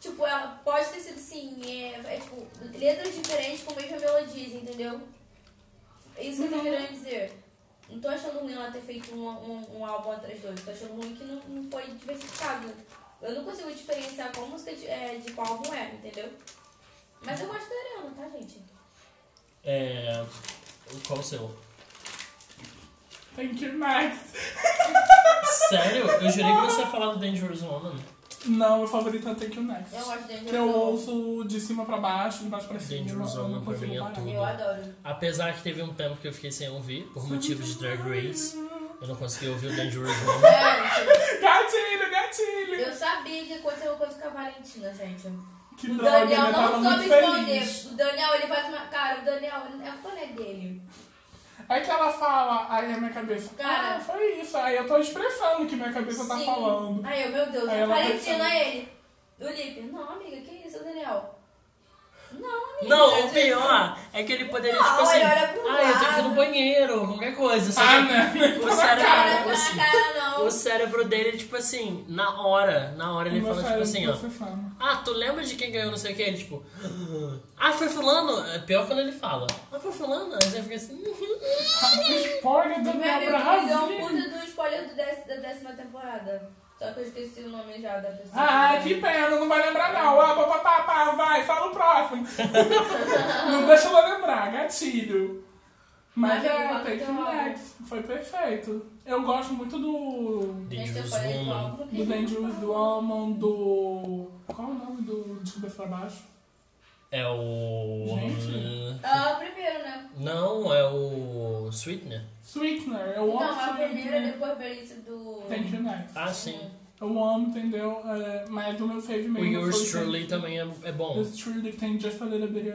C: Tipo, ela pode ter sido assim, é, é, tipo, letras diferentes com a mesma melodia, entendeu? É Isso que eu tô querendo dizer. Não tô achando ruim ela ter feito um, um, um álbum atrás do outro. Tô achando ruim que não, não foi diversificado. Eu não consigo diferenciar qual música de, é, de qual álbum é, entendeu? Mas eu gosto da Ariana, tá, gente?
A: É... Qual o seu?
B: Thank you, Max.
A: Sério? Eu jurei que você ia falar do Dangerous Woman.
B: Não, meu favorito é Thank you, Max.
C: Eu gosto de Angel
B: Eu
C: Soul.
B: ouço de cima pra baixo, de baixo pra cima.
A: Dangerous
B: eu não
A: Woman pra
B: consigo
A: mim é
B: parar.
A: tudo.
C: Eu adoro.
A: Apesar que teve um tempo que eu fiquei sem ouvir, por motivos de Drag Race. Eu não consegui ouvir o Dangerous Woman.
C: Gente,
B: Gatilho, gatilho!
C: eu sabia que aconteceu uma coisa com a Valentina, gente.
B: Que
C: O
B: droga,
C: Daniel
B: eu tava
C: não
B: muito
C: soube responder.
B: feliz.
C: O Daniel, ele faz uma. Cara, o Daniel ele- é o colega dele.
B: É que ela fala, aí na minha cabeça,
C: Cara.
B: ah, foi isso. Aí eu tô expressando o que minha cabeça tá
C: Sim.
B: falando.
C: Aí eu, meu Deus,
B: Aí
C: eu
B: ela
C: falei
B: vai
C: Tina,
B: saber.
C: aí ele. O Lipe, não, amiga, que isso, Daniel? Não, amiga.
A: Não, o
C: gente,
A: pior é que ele poderia,
C: Não,
A: tipo assim.
C: ele olha pro
A: Ah, eu tenho que ir
C: lado."
A: no banheiro, qualquer coisa. Só
B: Ah,
A: que
B: né?
A: o
C: Não, não,
A: cérebro,
C: não,
A: o cé-
C: cara, não.
A: o cérebro dele, tipo assim, na hora, na hora ele
B: Meu
A: fala, tipo assim,
B: cérebro tá
A: ó.
B: processando.
A: Ah, tu lembra de quem ganhou não sei o que? Ele, tipo, ah, foi fulano. É pior quando ele fala. Ah, foi fulano. Aí você fica assim.
B: Spoiler do
C: Meu
B: meu
C: amigo me deu um
B: Brasil.
C: puta do spoiler do déc- da décima temporada. Só que eu esqueci o nome já da pessoa.
B: Ah, que pena, não vai lembrar não. Ah, pá, pá, pá, pá, vai, fala o próximo. não deixa ela lembrar, gatilho. Mas
C: Mas eu
B: é,
C: gosto
B: tem que
C: do álbum.
B: Max. Foi perfeito. Eu gosto muito do.
C: Gente, eu
A: Dangerous
C: falei com
A: Woman.
C: algo que-
B: Do Dangerous Woman, do. Qual é o nome do de cabeça pra baixo?
A: É o.
B: Gente.
C: Ah, o primeiro, né?
A: Não, é o. Sweetener.
B: Sweetener, eu amo
C: Não, é o primeiro,
B: Sweetener.
C: depois veio isso do.
B: Thank you, Max.
A: Ah, sim.
B: Eu amo, entendeu? É, mas o meu fave
A: O
B: mesmo
A: Yours
B: foi assim.
A: Truly também é, é bom.
B: Yours Truly tem Just a Little Bit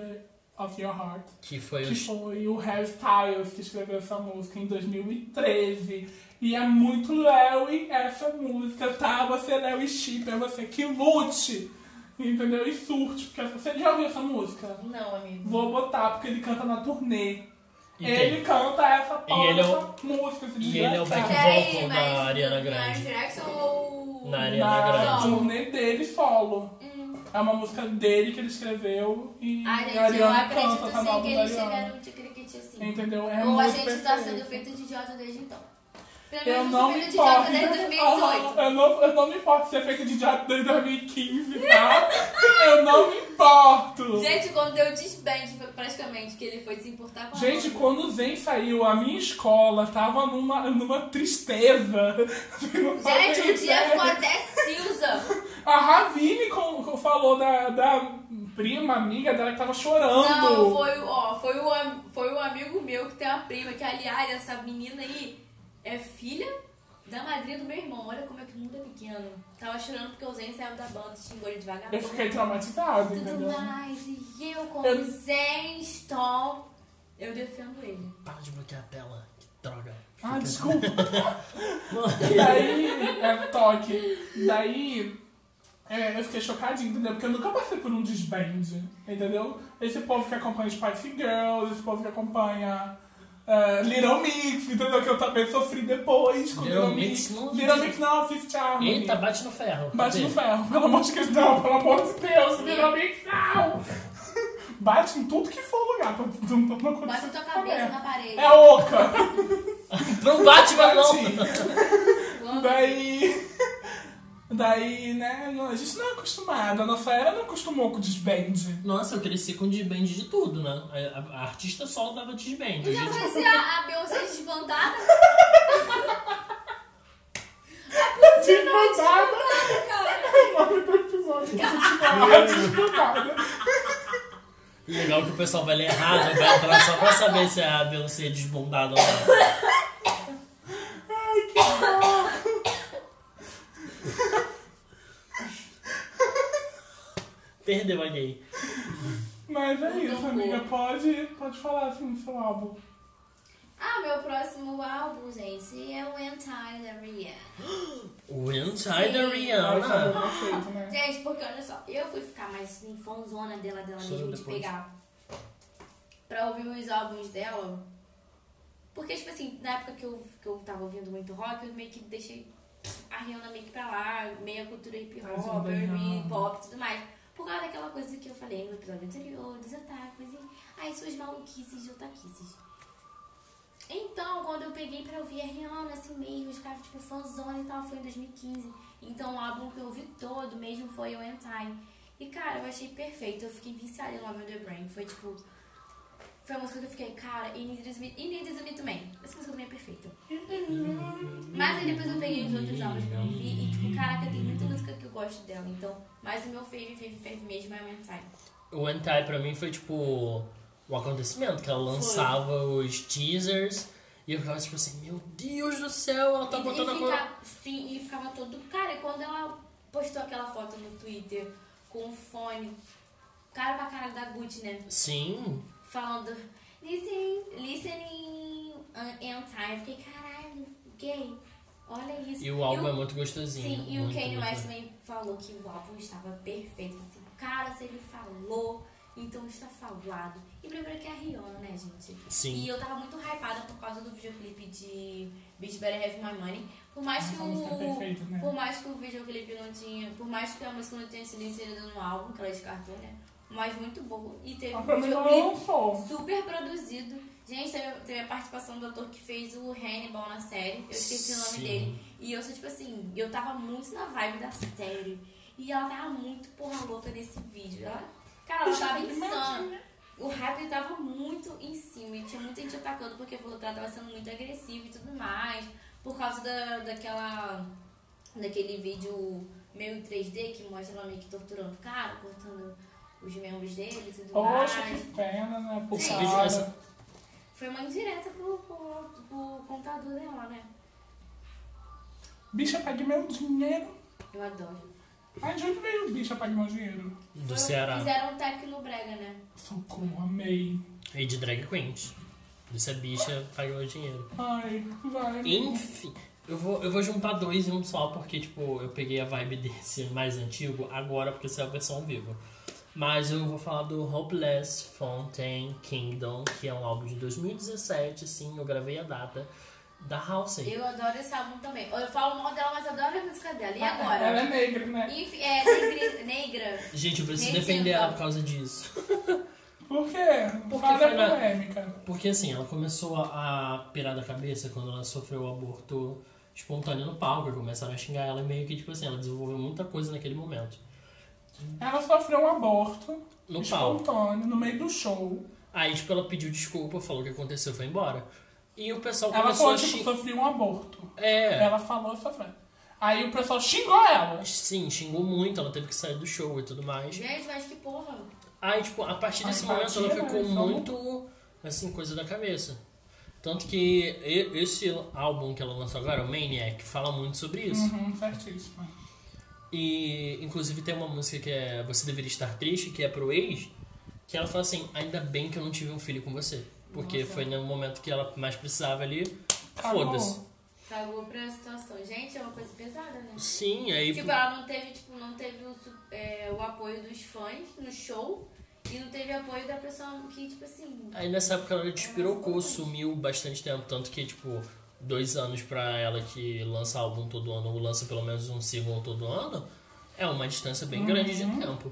B: of Your Heart.
A: Que foi
B: Que
A: o.
B: foi o Harry Styles que escreveu essa música em 2013. E é muito Léo e essa música, tá? Você é Léo e Chip, é você que lute, entendeu? E surte, porque essa- você já ouviu essa música?
C: Não, amigo.
B: Vou botar, porque ele canta na turnê.
A: E
B: ele
A: tem-
B: canta essa porra,
A: ele é o-
B: dessa música, esse
A: e ele é o
B: desgraçado.
A: back-
C: Peraí,
A: vocal da
C: mas
A: Ariana Grande.
C: Na Jackson ou.
A: Na Ariana
B: Na
A: Grande.
B: turnê dele solo.
C: Hum.
B: É uma música dele que ele escreveu e
C: Ai, gente,
B: a
C: eu
B: Ariana
C: acredito
B: canta, tá no
C: sim que
B: álbum da
C: eles
B: Ariana.
C: tiveram um tiquiriquiti assim.
B: Entendeu? É
C: ou a
B: muito
C: gente tá
B: perfeito.
C: sendo feito de idiota desde então. Pelo
B: Eu
C: menos
B: não
C: eu
B: me
C: sou feito de idiota
B: importo.
C: desde 2018.
B: Aham, Eu não, eu não me importo de ser feito de idiota desde 2015, tá? eu não me importo.
C: Gente, quando deu desband, foi praticamente, que ele foi se importar com a
B: Gente,
C: Amanda.
B: quando o Zen saiu, a minha escola tava numa, numa tristeza. Vocês não fazem
C: Gente, um dia
B: ideia.
C: ficou até Silza.
B: A Ravine com- com- falou da, da prima, amiga dela que tava
C: Não,
B: chorando.
C: foi, o- ó, foi, o, am- foi o amigo meu que tem uma prima, que aliás, essa menina aí é filha da madrinha do meu irmão. Olha como é que o mundo é pequeno. Tava chorando porque o Zen saiu da banda e xingou ele de
B: Eu
C: vagabundo.
B: fiquei traumatizado,
C: Tudo
B: entendeu?
C: mais. E eu, como
B: Eu-
C: Zen Stall, eu defendo ele.
A: Para de bloquear a tela. Que droga.
B: Ah, desculpa. E aí, é toque. Daí, é, eu fiquei chocadinho, entendeu? Porque eu nunca passei por um desband, entendeu? Esse povo que acompanha Spice Girls, esse povo que acompanha é, Little Mix, entendeu? Que eu também sofri depois com
A: Little
B: Little,
A: Mix
B: Mix.
A: não-
B: Little Mix não, Fifth Harmony.
A: Eita, bate no ferro. tá
B: Bate no
A: Cadê?
B: ferro, pelo amor de Deus, não, pelo amor de Deus, Little Mix não! Bate em tudo que for lugar, pra não, não acontecer.
C: Bate tua cabeça na parede.
B: É oca!
A: Não bate, mas não.
B: Bate. Daí. Daí, né? não- A gente não é acostumado. A nossa era não acostumou com o desband.
A: Nossa, eu cresci com disband de tudo, né? A, a- a artista só dava disband.
C: E já
A: Gente,
C: parecia a Beyoncé desbandada?
B: Desbandada
C: Desbandada, é cara.
B: é o nome do episódio. Desbandada.
A: Legal que o pessoal vai ler errado, vai entrar só pra saber se é a Beyoncé desbundada ou não.
B: Ai, que horror.
A: Perdeu a gay.
B: Mas é isso, amiga. Pode, pode falar assim no seu álbum.
C: Ah, meu próximo álbum, gente, é o Entire da Rihanna.
A: Winsider
C: Sim.
A: É,
B: Ai, sabe,
A: Rihanna.
B: perfeito, né?
C: Gente, porque olha só, eu fui ficar mais assim, fãzona dela, dela
A: Só
C: mesmo, de
A: depois.
C: pegar pra ouvir os álbuns dela. Porque, tipo assim, na época que eu, que eu tava ouvindo muito rock, eu meio que deixei a Rihanna meio que pra lá, meio a cultura hip
B: Tadinha
C: hop,
B: da
C: R&B,
B: Rihanna.
C: pop e tudo mais. Por causa daquela coisa que eu falei no episódio anterior, dos ataques e ai, suas maluquices de otaquices. Então, quando eu peguei pra ouvir a Rihanna, assim mesmo, eu ficava tipo fãzona e tal, foi em 2015. Então o álbum que eu ouvi todo mesmo foi o End Time. E cara, eu achei perfeito, eu fiquei viciada em Love on the Brain. Foi tipo. Foi a música que eu fiquei, cara, e Need Is Me, e Need Is Me também. Essa música também é perfeita. Mas aí depois eu peguei os outros álbuns pra ouvir e tipo, caraca, tem muita música que eu gosto dela. Então, mas o meu fave, fave, fave mesmo é o End Time.
A: O Entai pra mim foi tipo um acontecimento, que ela lançava os teasers e eu ficava tipo assim, meu Deus do céu, ela tá
C: e,
A: botando a
C: e,
A: coisa.
C: fica- sim, e ficava todo. Cara, e quando ela postou aquela foto no Twitter com o fone, cara pra cara da Gucci, né?
A: Sim,
C: Falando listen, listening on- on time. Eu fiquei, caralho, gay. Olha isso.
A: e o álbum
C: E
A: é muito gostosinho.
C: Sim, e o
A: muito,
C: Kanye
A: muito
C: West
A: bom.
C: também falou que o álbum estava perfeito. Assim, cara, se ele falou, então está falado. E primeiro que é a Rihanna, né, gente?
A: Sim.
C: E eu tava muito hypada por causa do videoclipe de Bitch Better Have My Money. Por mais que
B: Essa música é
C: o.
B: perfeita, né?
C: Por mais que o videoclipe não tinha. Por mais que a música não tenha sido inserida no álbum, que ela descartou, né? Mas muito bom. E teve
B: Mas
C: um
B: pelo menos ela
C: videoclipe
B: lançou.
C: super produzido. Gente, teve, teve a participação do ator que fez o Hannibal na série. Eu esqueci o
A: Sim.
C: nome dele. E eu sou tipo assim, eu tava muito na vibe da série. E ela tava muito porra louca nesse vídeo. Ela, cara, ela tava insana. O hype tava muito em cima e tinha muita gente atacando porque falou que ela tava sendo muito agressiva e tudo mais. Por causa da, daquela. daquele vídeo meio 3D que mostra ela meio que torturando o cara, cortando os membros dele e tudo
B: Poxa,
C: mais.
B: que pena, né? Por
C: Sim.
B: cara.
C: Foi uma indireta pro, pro, pro contador dela, né?
B: Bicha, pague meu dinheiro.
C: Eu adoro.
B: Ai, de onde veio o bicha, pague meu dinheiro?
A: Do
C: Foi-
A: Ceará.
C: Fizeram um tecno brega, né?
B: Socorro, amei.
A: E de drag queens. Essa bicha pagou o dinheiro.
B: Ai, vai.
A: Enfim, eu vou, eu vou juntar dois em um só, porque, tipo, eu peguei a vibe desse mais antigo agora, porque essa é a versão viva. Mas eu vou falar do Hopeless Fountain Kingdom, que é um álbum de 2017, sim, eu gravei a data, da Halsey.
C: Eu adoro esse álbum também. Eu falo mal dela, mas adoro a música dela. E
B: Ela é
C: agora?
B: negra, né?
C: Enfim, é negri- negra.
A: Gente, eu preciso
C: Nem
A: defender
C: sinto.
A: ela por causa disso.
B: Por quê?
A: Porque
B: Fala
A: foi na-
B: da polêmica.
A: Porque, assim, ela começou a, a pirar da cabeça quando ela sofreu o aborto espontâneo no palco, e começaram a xingar ela, e meio que, tipo assim, ela desenvolveu muita coisa naquele momento.
B: Ela sofreu um aborto
A: No palco.
B: espontâneo no meio do show.
A: Aí, tipo, ela pediu desculpa, falou o que aconteceu, foi embora. E o pessoal
B: Ela
A: começou
B: falou,
A: a
B: tipo,
A: xingar.
B: sofreu um aborto.
A: É,
B: Ela falou e sofreu. Aí o pessoal xingou ela.
A: sim, xingou muito, ela teve que sair do show e tudo mais.
C: Gente, mas que porra.
A: Aí, tipo, a partir
B: Ai,
A: desse momento
B: batia,
A: ela ficou
B: né? Só não-
A: muito, assim, coisa da cabeça. Tanto que e- esse álbum que ela lançou agora, o Maniac, fala muito sobre isso.
B: Uhum, certíssimo.
A: E inclusive tem uma música que é Você Deveria Estar Triste, que é pro ex, que ela fala assim, ainda bem que eu não tive um filho com você. Porque
B: Nossa.
A: foi no momento que ela mais precisava ali.
B: Acabou.
A: Foda-se.
C: Cagou pra situação. Gente, é uma coisa pesada, né?
A: Sim, aí.
C: Tipo, ela não teve, tipo, não teve o, su- é, o apoio dos fãs no show e não teve apoio da pessoa que, tipo assim.
A: Aí nessa época ela despirocou, sumiu bastante tempo. Tanto que, tipo, dois anos pra ela que lança álbum todo ano, ou lança pelo menos um single todo ano, é uma distância bem grande de tempo.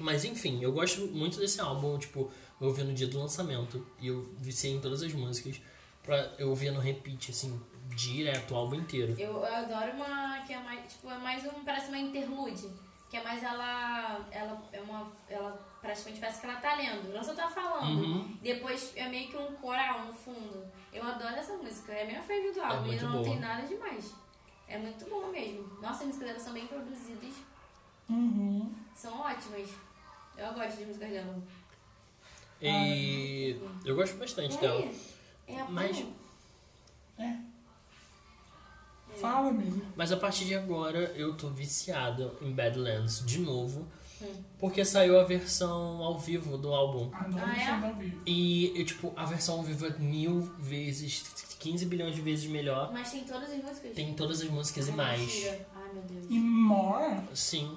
A: Mas enfim, eu gosto muito desse álbum, tipo, eu ouvi no dia do lançamento e eu viciei em todas as músicas. Pra, eu ouvia no repeat, assim, direto, o álbum inteiro.
C: Eu, eu adoro uma que é mais, tipo, é mais um, parece uma interlude. Que é mais ela, ela é uma, ela praticamente parece que ela tá lendo, ela só tá falando.
A: Uhum.
C: Depois é meio que um coral no fundo. Eu adoro essa música, é a minha favorita do álbum, e
A: muito
C: ela não
A: boa.
C: tem nada demais. É muito boa mesmo. Nossa, as músicas dela são bem produzidas,
B: Uhum.
C: são ótimas. Eu gosto de músicas dela.
A: E eu gosto bastante
C: E
A: dela.
C: aí? É a
A: Mas-
C: Pablo?
B: É.
C: É.
B: Fala, amigo.
A: Mas a partir de agora eu tô viciado em Badlands de novo.
C: Hum.
A: Porque saiu a versão ao vivo do álbum.
B: Adoro
C: Ah, é?
B: você ouvir.
A: E, eu, tipo, a versão ao vivo é mil vezes, 15 bilhões de vezes melhor.
C: Mas tem todas as músicas?
A: Tem todas as músicas e
C: Ah,
A: mais.
C: mentira. Ai, meu Deus.
B: E more?
A: Sim.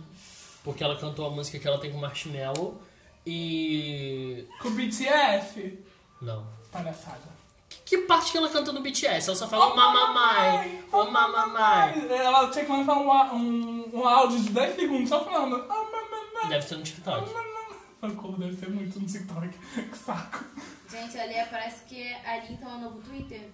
A: Porque ela cantou a música que ela tem com o Marshmello e.
B: Com o BTS.
A: Não.
B: Palhaçada.
A: Que, que parte que ela canta no BTS? Ela só fala
B: Oh,
A: Mamamai! Oh Mamamai!
B: Ela tinha que lançar um, á- um, um áudio de 10 segundos só falando. Oh, mamamai.
A: Deve ser no
B: Oh,
A: TikTok.
B: mamamai. Socorro, deve ter muito no TikTok. Que saco.
C: Gente, ali é, parece que ali então é o novo Twitter.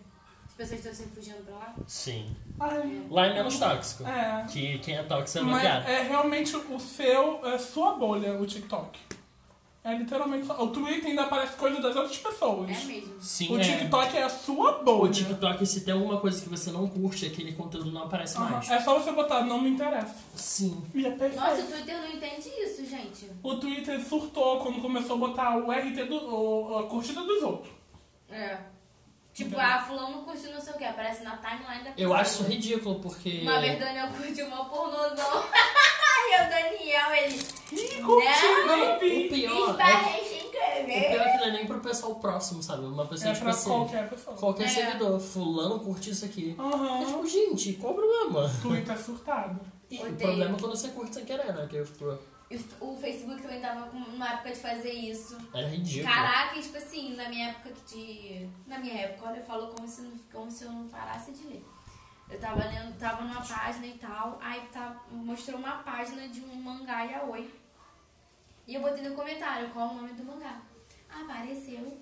C: As pessoas estão se refugiando pra lá.
A: Sim.
B: Ai.
A: Lá é menos tóxico.
B: É.
A: Que quem é tóxico é
B: Mas
A: bloqueado.
B: é realmente o seu, é sua bolha, o TikTok. É literalmente só. O Twitter ainda aparece coisa das outras pessoas.
C: É mesmo.
A: Sim,
B: O
A: é.
B: TikTok é a sua
A: O
B: bolha.
A: TikTok, se tem alguma coisa que você não curte, aquele conteúdo não aparece
B: Aham.
A: mais.
B: É só você botar, não me interessa.
A: Sim.
B: E é perfeito.
C: Nossa, o Twitter não entende isso, gente.
B: O Twitter surtou quando começou a botar o RT do. o- a curtida dos outros.
C: É. Tipo,
B: Entendeu?
C: ah, fulano curte não sei o que, aparece na timeline da
A: Eu
C: pessoa.
A: acho isso ridículo, porque.
C: Uma vez Daniel curtiu uma pornozão. e o Daniel, ele.
B: Ih, curti,
C: Não,
B: não
A: O
B: vi.
A: pior é
C: Esbarrei
A: O pior é que não é nem pro pessoal próximo, sabe? Uma pessoa
B: É
A: tipo
B: pra
A: assim. Qualquer,
B: qualquer pessoa.
C: É.
A: seguidor. Fulano curte isso aqui. Eu,
B: Aham.
A: tipo, gente, qual o problema?
B: Twitter é surtado.
A: E
C: Odeio.
A: o problema é quando você curte sem querer, né? Que eu fico.
C: O Facebook também tava com uma época de fazer isso.
A: Era ridículo.
C: Caraca, tipo assim, na minha época de. Na minha época, olha, eu falo como se, não- como se eu não parasse de ler. Eu tava lendo, tava numa página e tal, aí tá, mostrou uma página de um mangá yaoi. E eu botei no comentário qual o nome do mangá. Apareceu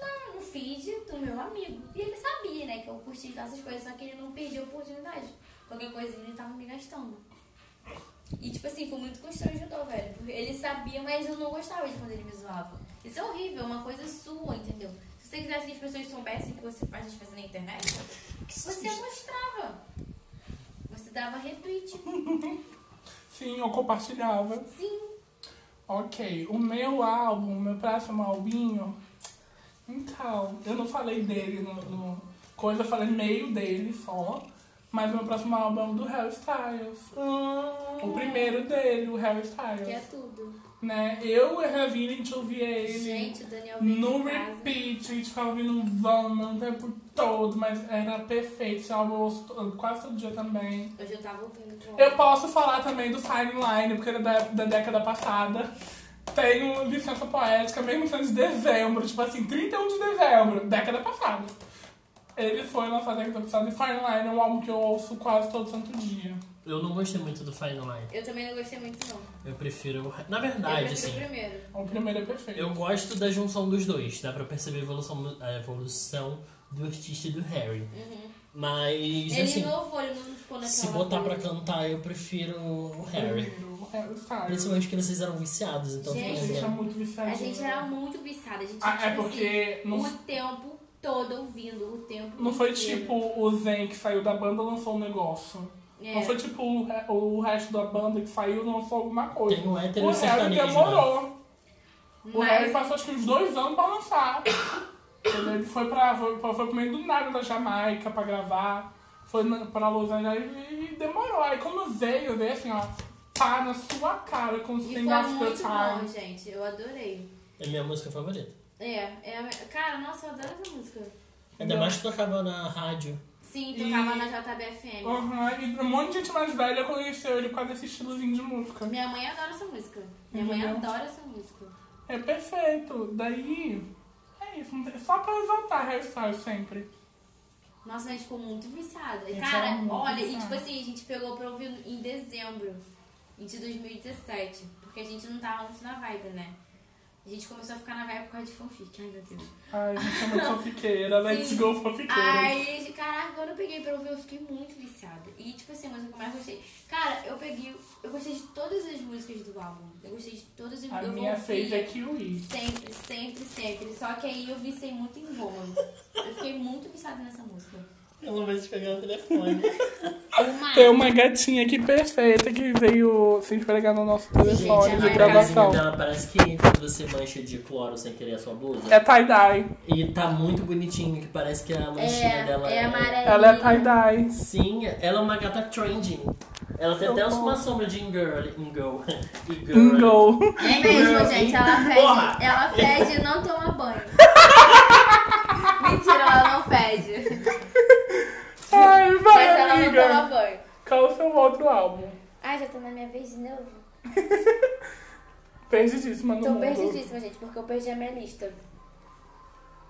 C: na- no feed do meu amigo. E ele sabia, né, que eu curtia essas coisas, só que ele não perdia a oportunidade. Qualquer coisa ele tava me gastando. E, tipo assim, foi muito constrangedor, velho. Porque ele sabia, mas eu não gostava de quando ele me zoava. Isso é horrível, é uma coisa sua, entendeu? Se você quisesse que as pessoas soubessem o que você faz às vezes na internet, você mostrava. Você dava retweet.
B: Sim, eu compartilhava.
C: Sim.
B: Ok, o meu álbum, meu próximo albinho. Então, eu não falei dele no, no coisa, eu falei meio dele só. Mas meu próximo álbum é o do Harry Styles. O primeiro dele, o Harry Styles.
C: Hum. É. Que é tudo.
B: Né? Eu e a Ravi, a gente ouvia ele
C: Gente, o Daniel veio
B: no
C: em casa.
B: repeat, a gente ficava ouvindo Vana o tempo todo, mas era perfeito. Esse álbum eu ouço quase todo dia também.
C: Hoje eu tava ouvindo com
B: Eu posso falar também do timeline, porque era da, da década passada. Tenho licença poética, mesmo sendo de dezembro, tipo assim, 31 de dezembro, década passada. Ele foi lançado na década passada e Timeline é um álbum que eu ouço quase todo santo dia.
A: Eu não gostei muito do Final Line.
C: Eu também não gostei muito, não.
A: Eu prefiro. Na
C: eu
A: verdade,
C: prefiro
A: assim.
C: o primeiro.
B: O primeiro é perfeito.
A: Eu gosto da junção dos dois. Dá pra perceber a evolução, a evolução do artista e do Harry.
C: Uhum.
A: Mas,
C: Ele
A: assim.
C: inovou, ele não ficou naquela.
A: Se botar pra
C: coisa. Uhum.
A: cantar, eu prefiro o Harry. é
B: Primeiro, Harry Styles.
A: Principalmente porque vocês eram viciados, então
C: Gente,
B: é A gente é
A: né?
B: muito viciadinho.
C: A gente era muito viciada. A gente
B: Ah, é
C: tipo assim,
B: porque não,
C: o tempo todo ouvindo, o tempo
B: não foi
C: inteiro.
B: tipo o Zen que saiu da banda e lançou um negócio.
C: É.
B: Não foi tipo o re- o resto da banda que saiu e lançou alguma coisa.
A: Tem um hétero
B: O
A: e
C: é
B: Harry
A: sertanejo. né?
B: demorou. tipo, O
C: Mas-
B: Harry passou acho que uns dois anos pra lançar. Quando ele foi pra, foi, foi pro meio do nada da Jamaica pra gravar, foi na, pra Los Angeles e, e demorou. Aí quando veio, veio assim, ó, pá na sua cara com
C: E
B: os
C: foi
B: Thing of the
C: muito bom,
B: Time.
C: gente. Eu adorei.
A: É minha música favorita.
C: É, é. a- Cara, nossa, eu adoro essa música.
A: Ainda mais que tocava na rádio.
C: Sim,
B: E-
C: tocava na JBFM.
B: Aham, e um monte de gente mais velha conheceu ele por causa desse estilozinho de música.
C: Minha mãe adora essa música. Minha mãe
B: Entendeu?
C: adora essa música.
B: É perfeito. Daí, é isso. não tem- Só pra exaltar hairstyle sempre.
C: Nossa, a gente ficou muito viciada.
B: Gente,
C: Cara,
B: era muito
C: olha, e
B: viciada.
C: tipo assim, a gente pegou pra ouvir em dezembro de 2017. Porque a gente não tava muito na vibe, né? A gente começou a ficar na vibe por causa de fanfic. Ai, meu Deus.
B: Ai, gente é muito fofiqueira. Let's
C: Sim.
B: go fofiqueira.
C: Aí, caraca, quando eu peguei pra ouvir, eu fiquei muito viciada. E, tipo assim, a música que eu mais gostei. Cara, eu peguei. Eu gostei de todas as músicas do álbum. Eu gostei de todas as
B: A
C: eu
B: minha
C: ouvia
B: fez é Kiwi.
C: Sempre, sempre, sempre. Só que aí eu vicei muito em Roma. Eu fiquei muito viciada nessa música.
A: Pelo menos pegar o telefone.
C: Uma-
B: Tem uma gatinha aqui perfeita que veio se esfregar no nosso telefone
C: Gente,
B: de
C: é a
A: casinha
B: gravação.
A: dela parece que quando você mancha de cloro sem querer a sua blusa.
B: É tie-dye.
A: E tá muito bonitinho, que parece que a
B: um
A: manchinha dela
C: É, é amarelinha.
B: Ela é tie-dye.
A: Sim, ela é uma gata trending. Ela tem até
B: Socorro.
A: uma sombra de Ingirl. Ingirl. Ingirl.
B: Não.
C: É mesmo, gente. Ela
A: Porra!
C: fede, ela fede e não toma banho. Mentira, ela não fede.
B: Ai,
C: Mas
B: vai,
C: ela não toma
B: amiga.
C: banho.
B: Qual o seu outro álbum?
C: Ai, já tô na minha vez de novo.
B: Perdidíssima no
C: Tô
B: mundo.
C: perdidíssima, gente, porque eu perdi a minha lista.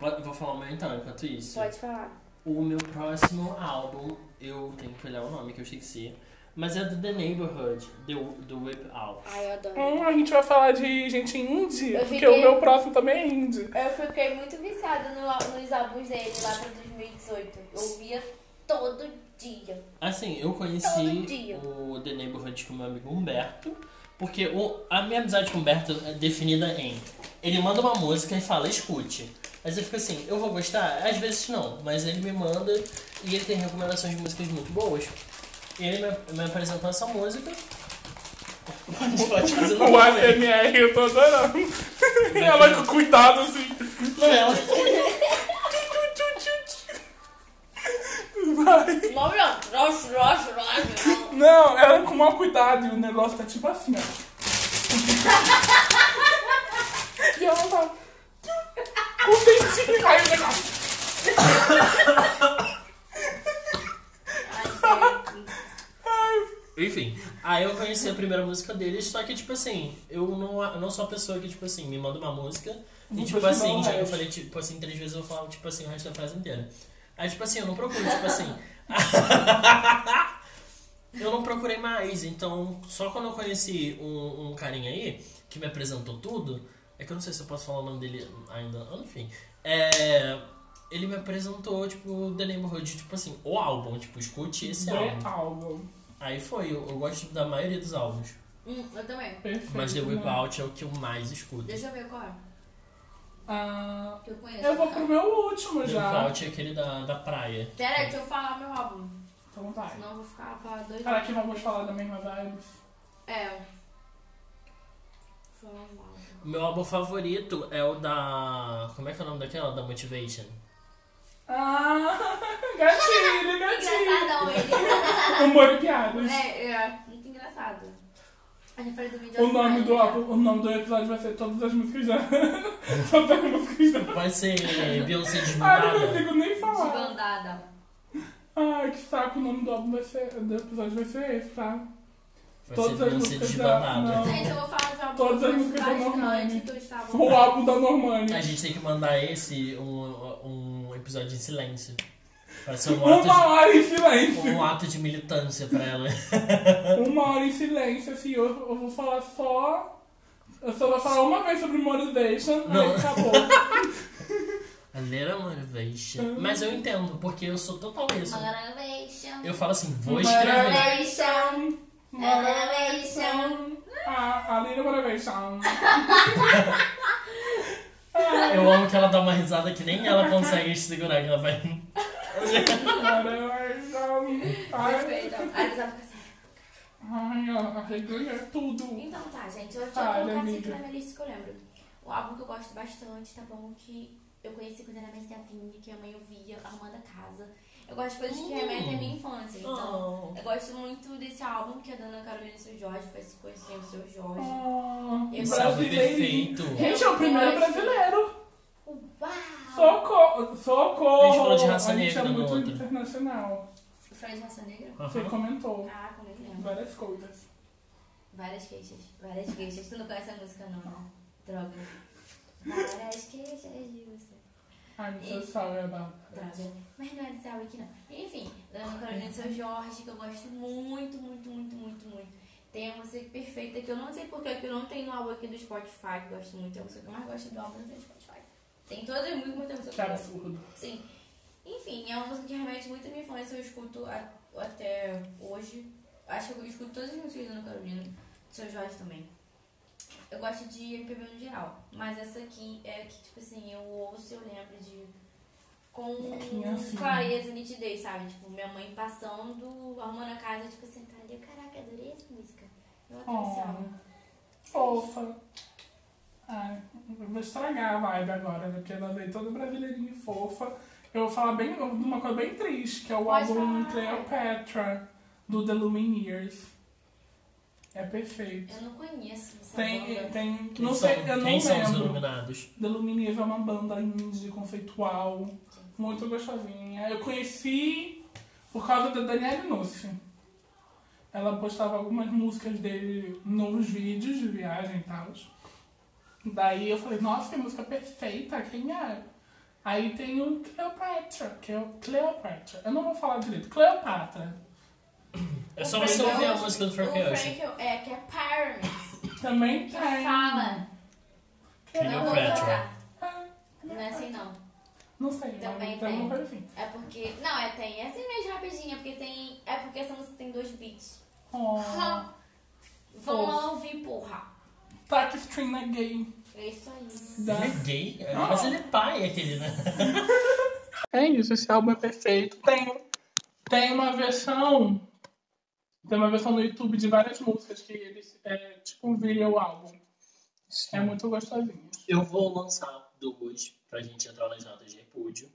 A: Vou- Vou falar o meu então, enquanto isso.
C: Pode falar.
A: O meu próximo álbum, eu tenho que olhar o nome que eu esqueci. Mas é do The Neighborhood, do, do Whip Out.
C: Ai, eu adoro.
B: Hum, a gente vai falar de gente indie,
C: Eu
B: porque
C: fiquei-
B: o meu próximo também é indie.
C: Eu fiquei muito viciada no á- nos álbuns dele lá pra 2018. Eu ouvia todo dia.
A: Assim, eu
C: Todo
A: conheci
C: dia.
A: o The Neighborhood com meu amigo Humberto, porque o- a minha amizade com o Humberto é definida em ele manda uma música e fala, escute. Mas eu fico assim, eu vou gostar? Às vezes não, mas ele me manda e ele tem recomendações de músicas muito boas. E ele me, me apresentou essa música. Pode, pode fazer
B: O ASMR eu tô adorando. E ela com cuidado assim.
A: é Ela-
B: Vai.
C: Não, não, roxo, roxo, roxo.
B: Não, ela com maior cuidado e o negócio tá tipo assim, ó. E ela tá. O dentinho caiu o negócio.
A: Enfim, aí Ah, eu conheci a primeira música deles, só que, tipo assim, eu não, eu não sou a pessoa que, tipo assim, me manda uma música e,
B: Não
A: tipo
B: precisa
A: assim,
B: falar o
A: já, eu
B: resto.
A: falei, tipo assim, três vezes eu falo, tipo assim, o resto da frase inteira. Aí, tipo assim, eu não procuro, tipo assim. eu não procurei mais, então, só quando eu conheci um, um carinha aí, que me apresentou tudo, é que eu não sei se eu posso falar o nome dele ainda, enfim. É. Ele me apresentou, tipo, The Neighborhood, tipo assim, o álbum, tipo, escute esse álbum.
B: Bom álbum.
A: Aí foi, eu, eu gosto da maioria dos álbuns.
C: Hum, eu também.
B: Perfeito.
A: Mas The Whip
B: né?
A: Out é o que eu mais escuto. The
C: Deixa eu ver qual é.
B: Ah,
C: Que eu conheço.
B: eu vou pro meu último
A: Whip
B: já.
A: Out é aquele da, da praia.
C: Pera aí, deixa eu falar meu álbum.
B: Então vai.
C: Senão eu vou ficar pra dois
B: Será que vamos falar da mesma vibe?
C: É. Falar um álbum.
A: O meu álbum favorito é o da. Como é que é o nome daquela? Da Motivation.
B: Ah, gatilho, gatilho.
C: Engraçadão ele.
B: Humor e piadas.
C: é, é, muito engraçado. A gente falou do vídeo assim, né,
B: O nome, do,
C: automático.
B: o nome do episódio vai ser todas as músicas da. todas as músicas da.
A: Vai ser Beyoncé
B: Ai, não
A: desmudada.
B: consigo nem falar.
C: Desbandada.
B: Ai, que saco, o nome do álbum vai ser. Do episódio vai ser esse, tá?
A: Vai ser
B: Todas as
A: Beyoncé
B: músicas da.
A: desbandada.
B: Não.
C: Gente, eu vou falar de um álbum
B: Todas
C: que
B: as
C: eu gosto
B: músicas né? da Normani.
C: bastante do Gustavo
B: O álbum da Normani.
A: A gente tem que mandar esse um, um episódio em silêncio. Vai ser um ato,
B: Uma hora em
A: de, um
B: silêncio.
A: ato de militância pra ela.
B: Uma hora em silêncio, assim. Eu, eu vou falar só. Eu só vou falar uma vez sobre Motivation,
A: Não.
B: aí acabou.
A: A little motivation. Mas eu entendo, porque eu sou total isso.
C: Motivation.
A: Eu falo assim, vou escrever.
C: Motivation. Motivation.
B: Ah, a Lira Motivation.
A: Eu amo que ela dá uma risada que nem ela consegue se segurar, que ela vai.
B: Motivation. Ai,
C: Perfeito. Aí você vai ficar assim.
B: ai, ó, arreganha tudo.
C: Então tá, gente. Eu tinha
B: Fala,
C: colocado isso aqui
B: amiga.
C: na minha lista que eu lembro. O álbum que eu gosto bastante, tá bom? Que Eu conheci quando era mais novinha, que minha mãe ouvia arrumando a casa. Eu gosto de coisas
B: Hum.
C: que remetem à minha infância. Então,
B: Ah.
A: Oh.
C: eu gosto muito desse álbum que a Dana Carolina e o seu Jorge fez conhecer o seu Jorge.
B: Ah,
C: Eu
A: Salve
B: brasileirinho.
A: é perfeito. A
B: Gente, é o primeiro
C: Eu acho-
B: brasileiro.
C: Uau!
B: Socorro! Socorro!
A: A gente falou de raça
B: A gente
A: negra
B: é
A: no
B: muito
A: outro.
B: internacional.
C: O Franz Raça Negra?
B: Você comentou
C: Ah, como é que lembro.
B: várias coisas.
C: Várias queixas, várias queixas. Tu não conhece a música não, né? Droga. Várias queixas de você.
B: I'm so sorry about that.
C: Droga. Mas não é desse álbum aqui não. Enfim, Dona Carolina do Seu Jorge, que eu gosto muito, muito, muito, muito, muito. Tem a música perfeita que eu não sei porque que eu não tenho no álbum aqui do Spotify, que eu gosto muito. É a música que eu mais gosto do álbum do Spotify. Tem todas as músicas, muita música
B: Que
C: que eu gosto.
B: absurdo.
C: Sim. Enfim, é uma música que remete muito à minha infância. Eu escuto a- até hoje. Acho que eu escuto todas as músicas da Ana Carolina. Do seu Jorge também. Eu gosto de MPB no geral. Mas essa aqui é a que, tipo assim, eu ouço e eu lembro de. Com
B: Pouquinho assim.
C: clareza e nitidez, sabe? Tipo, minha mãe passando, arrumando a casa, tipo assim, tá ali. Caraca, adorei essa música. Eu adoro esse álbum.
B: Oh, fofa. Ai, eu vou estragar a vibe agora, né? Porque ela veio toda brasileirinha e fofa. Eu vou falar bem, uma coisa bem triste, que é o
C: Pode
B: álbum
C: falar.
B: Cleopatra, do The Lumineers. É perfeito.
C: Eu não conheço essa
B: Tem,
C: banda.
B: tem,
A: Quem
B: não
A: são,
B: sei, eu não
A: quem são os
B: lembro.
A: iluminados?
B: The Lumineers é uma banda indie, conceitual, muito gostosinha. Eu conheci por causa da Daniela Nussi. Ela postava algumas músicas dele nos vídeos de viagem e tal. Daí eu falei, nossa, que música perfeita, quem é? Aí tem o Cleopatra, que é o Cleopatra. Eu não vou falar direito, Cleopatra.
A: É
C: O
A: só você
C: Frank
A: ouvir a
C: Ocean-
A: música do
C: O
A: Frank Ocean.
C: Frank, é, que é Pyramids.
B: Também
C: Que
B: tem.
C: fala. Não vou
A: Cleopatra.
C: cantar.
B: Ah,
C: Não é assim não.
B: Não sei,
C: Também
B: mas tem alguma
C: tem.
B: coisa assim.
C: É porque. Não, é tem. É assim mesmo rapidinho, é porque tem. É porque essa música tem dois beats.
B: Oh.
C: Vão
B: Fofo.
C: lá ouvir, porra.
B: Tack Strina Gay.
C: É isso aí.
A: Ele
B: Da-
A: é gay, é,
B: Ah.
A: mas ele é pai aquele, né?
B: É isso, esse álbum é perfeito. Tem, tem uma versão. Tem uma versão no YouTube de várias músicas que eles é, tipo um vídeo ao álbum. É muito gostosinho.
A: Eu vou lançar dois pra gente entrar nas notas de repúdio,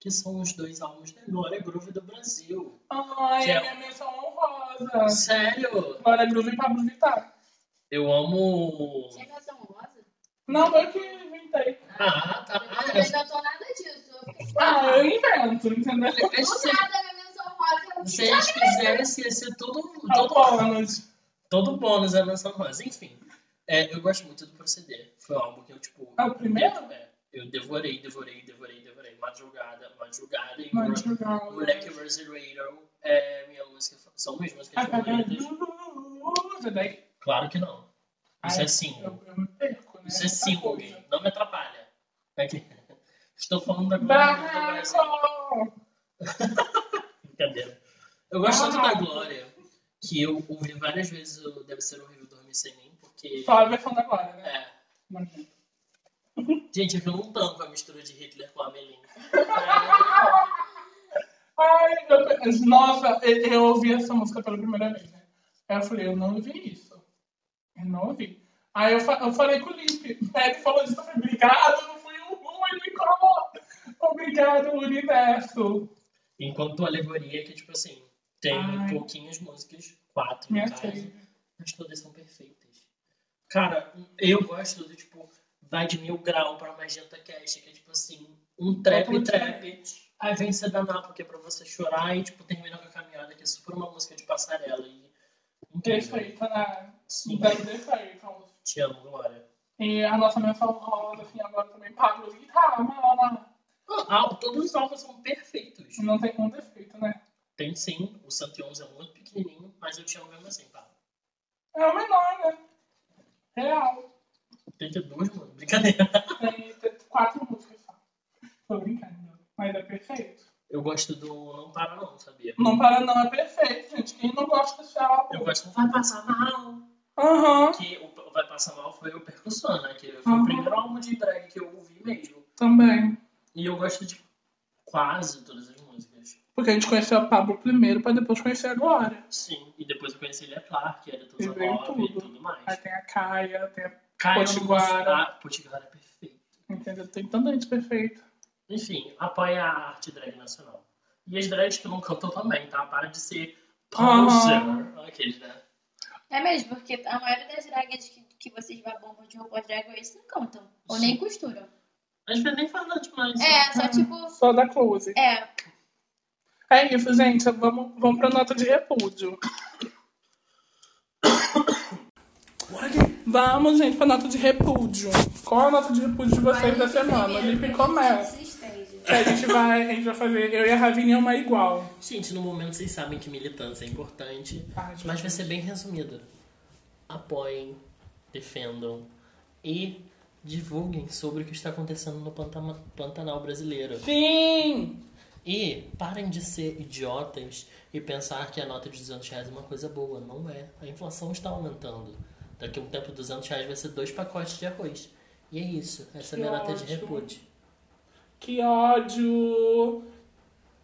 A: que são os dois álbuns da Glória Groove do Brasil.
B: Ai,
A: Que
B: é
A: é-
B: minha menção honrosa.
A: Sério?
B: Glória Groove e Pablo Vittar.
A: Eu amo.
C: Chega tão rosa?
B: Não, eu que inventei.
A: Ah, tá.
C: Eu não inventou nada disso. Eu fiquei
B: Ah, eu invento, entendeu?
C: do nada na menção rosa.
A: Se eles quisessem, ia ser é todo, um-
B: Não,
A: todo,
B: bônus.
A: todo bônus a menção rosa. Enfim, é, eu gosto muito do Proceder. Foi um álbum que eu, tipo.
B: É o primeiro?
A: É, eu devorei, devorei, devorei, devorei. Madrugada, madrugada e
B: Madrugada.
A: Moleque Reservator é minha música. fa- São minhas músicas favoritas.
B: Você é daí?
A: Claro que não. Isso
B: Ai,
A: é
B: Eu,
A: single.
B: eu me perco, né?
A: Isso é single,
B: Muita coisa.
A: gay. Não me atrapalha. É que- Estou falando da Glória do Brasil.
B: Barraco!
A: é Brincadeira. Eu gosto tanto da
B: Barraco.
A: Glória que eu ouvi várias vezes o Deve Ser Horrível Dormir Sem Mim, porque...
B: Só a versão da Glória, né?
A: É.
B: Imagina.
A: Gente, eu vi um tanto a mistura de Hitler com a Melinda.
B: Ai, eu- nossa, eu, eu ouvi essa música pela primeira vez, né? Aí eu falei, eu não ouvi isso. Eu não ouvi. Aí eu, fa- eu falei com o Lipe. Aí ele falou disso, eu falei, obrigado, eu fui um ruim, ele ficou. Obrigado, universo.
A: Enquanto alegoria, que tipo assim, tem
B: Ai.
A: pouquinhas músicas, quatro
B: Me
A: no caso,
B: achei.
A: mas todas são perfeitas. Cara, eu gosto do tipo, vai de mil grau pra Magenta Cash, que é tipo assim, um trap
B: Totalmente
A: trap. Aí vem Sedaná, porque é pra você chorar e tipo, termina com a caminhada, que é super uma música de passarela. E... Incrível.
B: Perfeita, né?
A: Sim.
B: Daí perfeita.
A: Te amo, Glória.
B: então. E a nossa menção rosa, assim, agora também, Pablo Vittar, mano.
A: Ah, todos os álbuns são perfeitos.
B: Não tem como defeito, né?
A: Tem sim, o 111 é muito pequenininho, mas eu te amo mesmo assim, Pablo.
B: É o menor, né? Real.
A: 32, mano, Tipo, brincadeira.
B: É, Tem quatro músicas só. Tô brincando. Mas é perfeito.
A: Eu gosto do Não Para Não, sabia?
B: Não para não é perfeito, gente. Quem não gosta desse álbum?
A: Eu gosto do Vai Passar Mal,
B: Aham.
A: que o Vai Passar Mal foi o Percussão, né? Que foi
B: Uhum.
A: o primeiro álbum de drag que eu ouvi mesmo.
B: Também.
A: E eu gosto de quase todas as músicas.
B: Porque a gente conheceu a Pablo primeiro pra depois conhecer a Glória.
A: Sim, e depois eu conheci Lia Clark, era toda
B: E veio
A: nova e
B: tudo.
A: tudo mais.
B: Aí tem a Caia, tem a
A: Caio
B: Potiguara.
A: Ah, Potiguara é perfeito.
B: Entendeu? Tem tanta gente perfeita.
A: Enfim, apoia a arte drag nacional. E as drags que não cantam também, tá? Para de ser poser. Aqueles, né?
D: É mesmo, porque a maioria das drags que, que vocês babam de roupa drag race não cantam. Ou nem costuram.
A: Às vezes nem fala demais.
D: É, só tipo.
B: Só da close.
D: É,
B: É isso, gente. Vamos, vamos pra nota de repúdio.
A: Bora aqui.
B: Vamos, gente, pra nota de repúdio. Qual a nota de repúdio de vocês da
C: Vai,
B: semana?
C: primeiro,
B: Lipe começa.
C: Stand.
B: Que a gente vai, a gente vai fazer. Eu e a Ravinha uma igual.
A: Gente, no momento vocês sabem que militância é importante,
B: Ai, gente.
A: mas vai ser bem resumida. Apoiem, defendam e divulguem sobre o que está acontecendo no Pantama- Pantanal brasileiro.
B: Sim!
A: E parem de ser idiotas e pensar que a nota de 200 reais é uma coisa boa. Não é. A inflação está aumentando. Daqui a um tempo, 200 reais vai ser dois pacotes de arroz. E é isso. Essa é a minha nota de
B: Que ótimo.
A: repúdio.
B: Que ódio.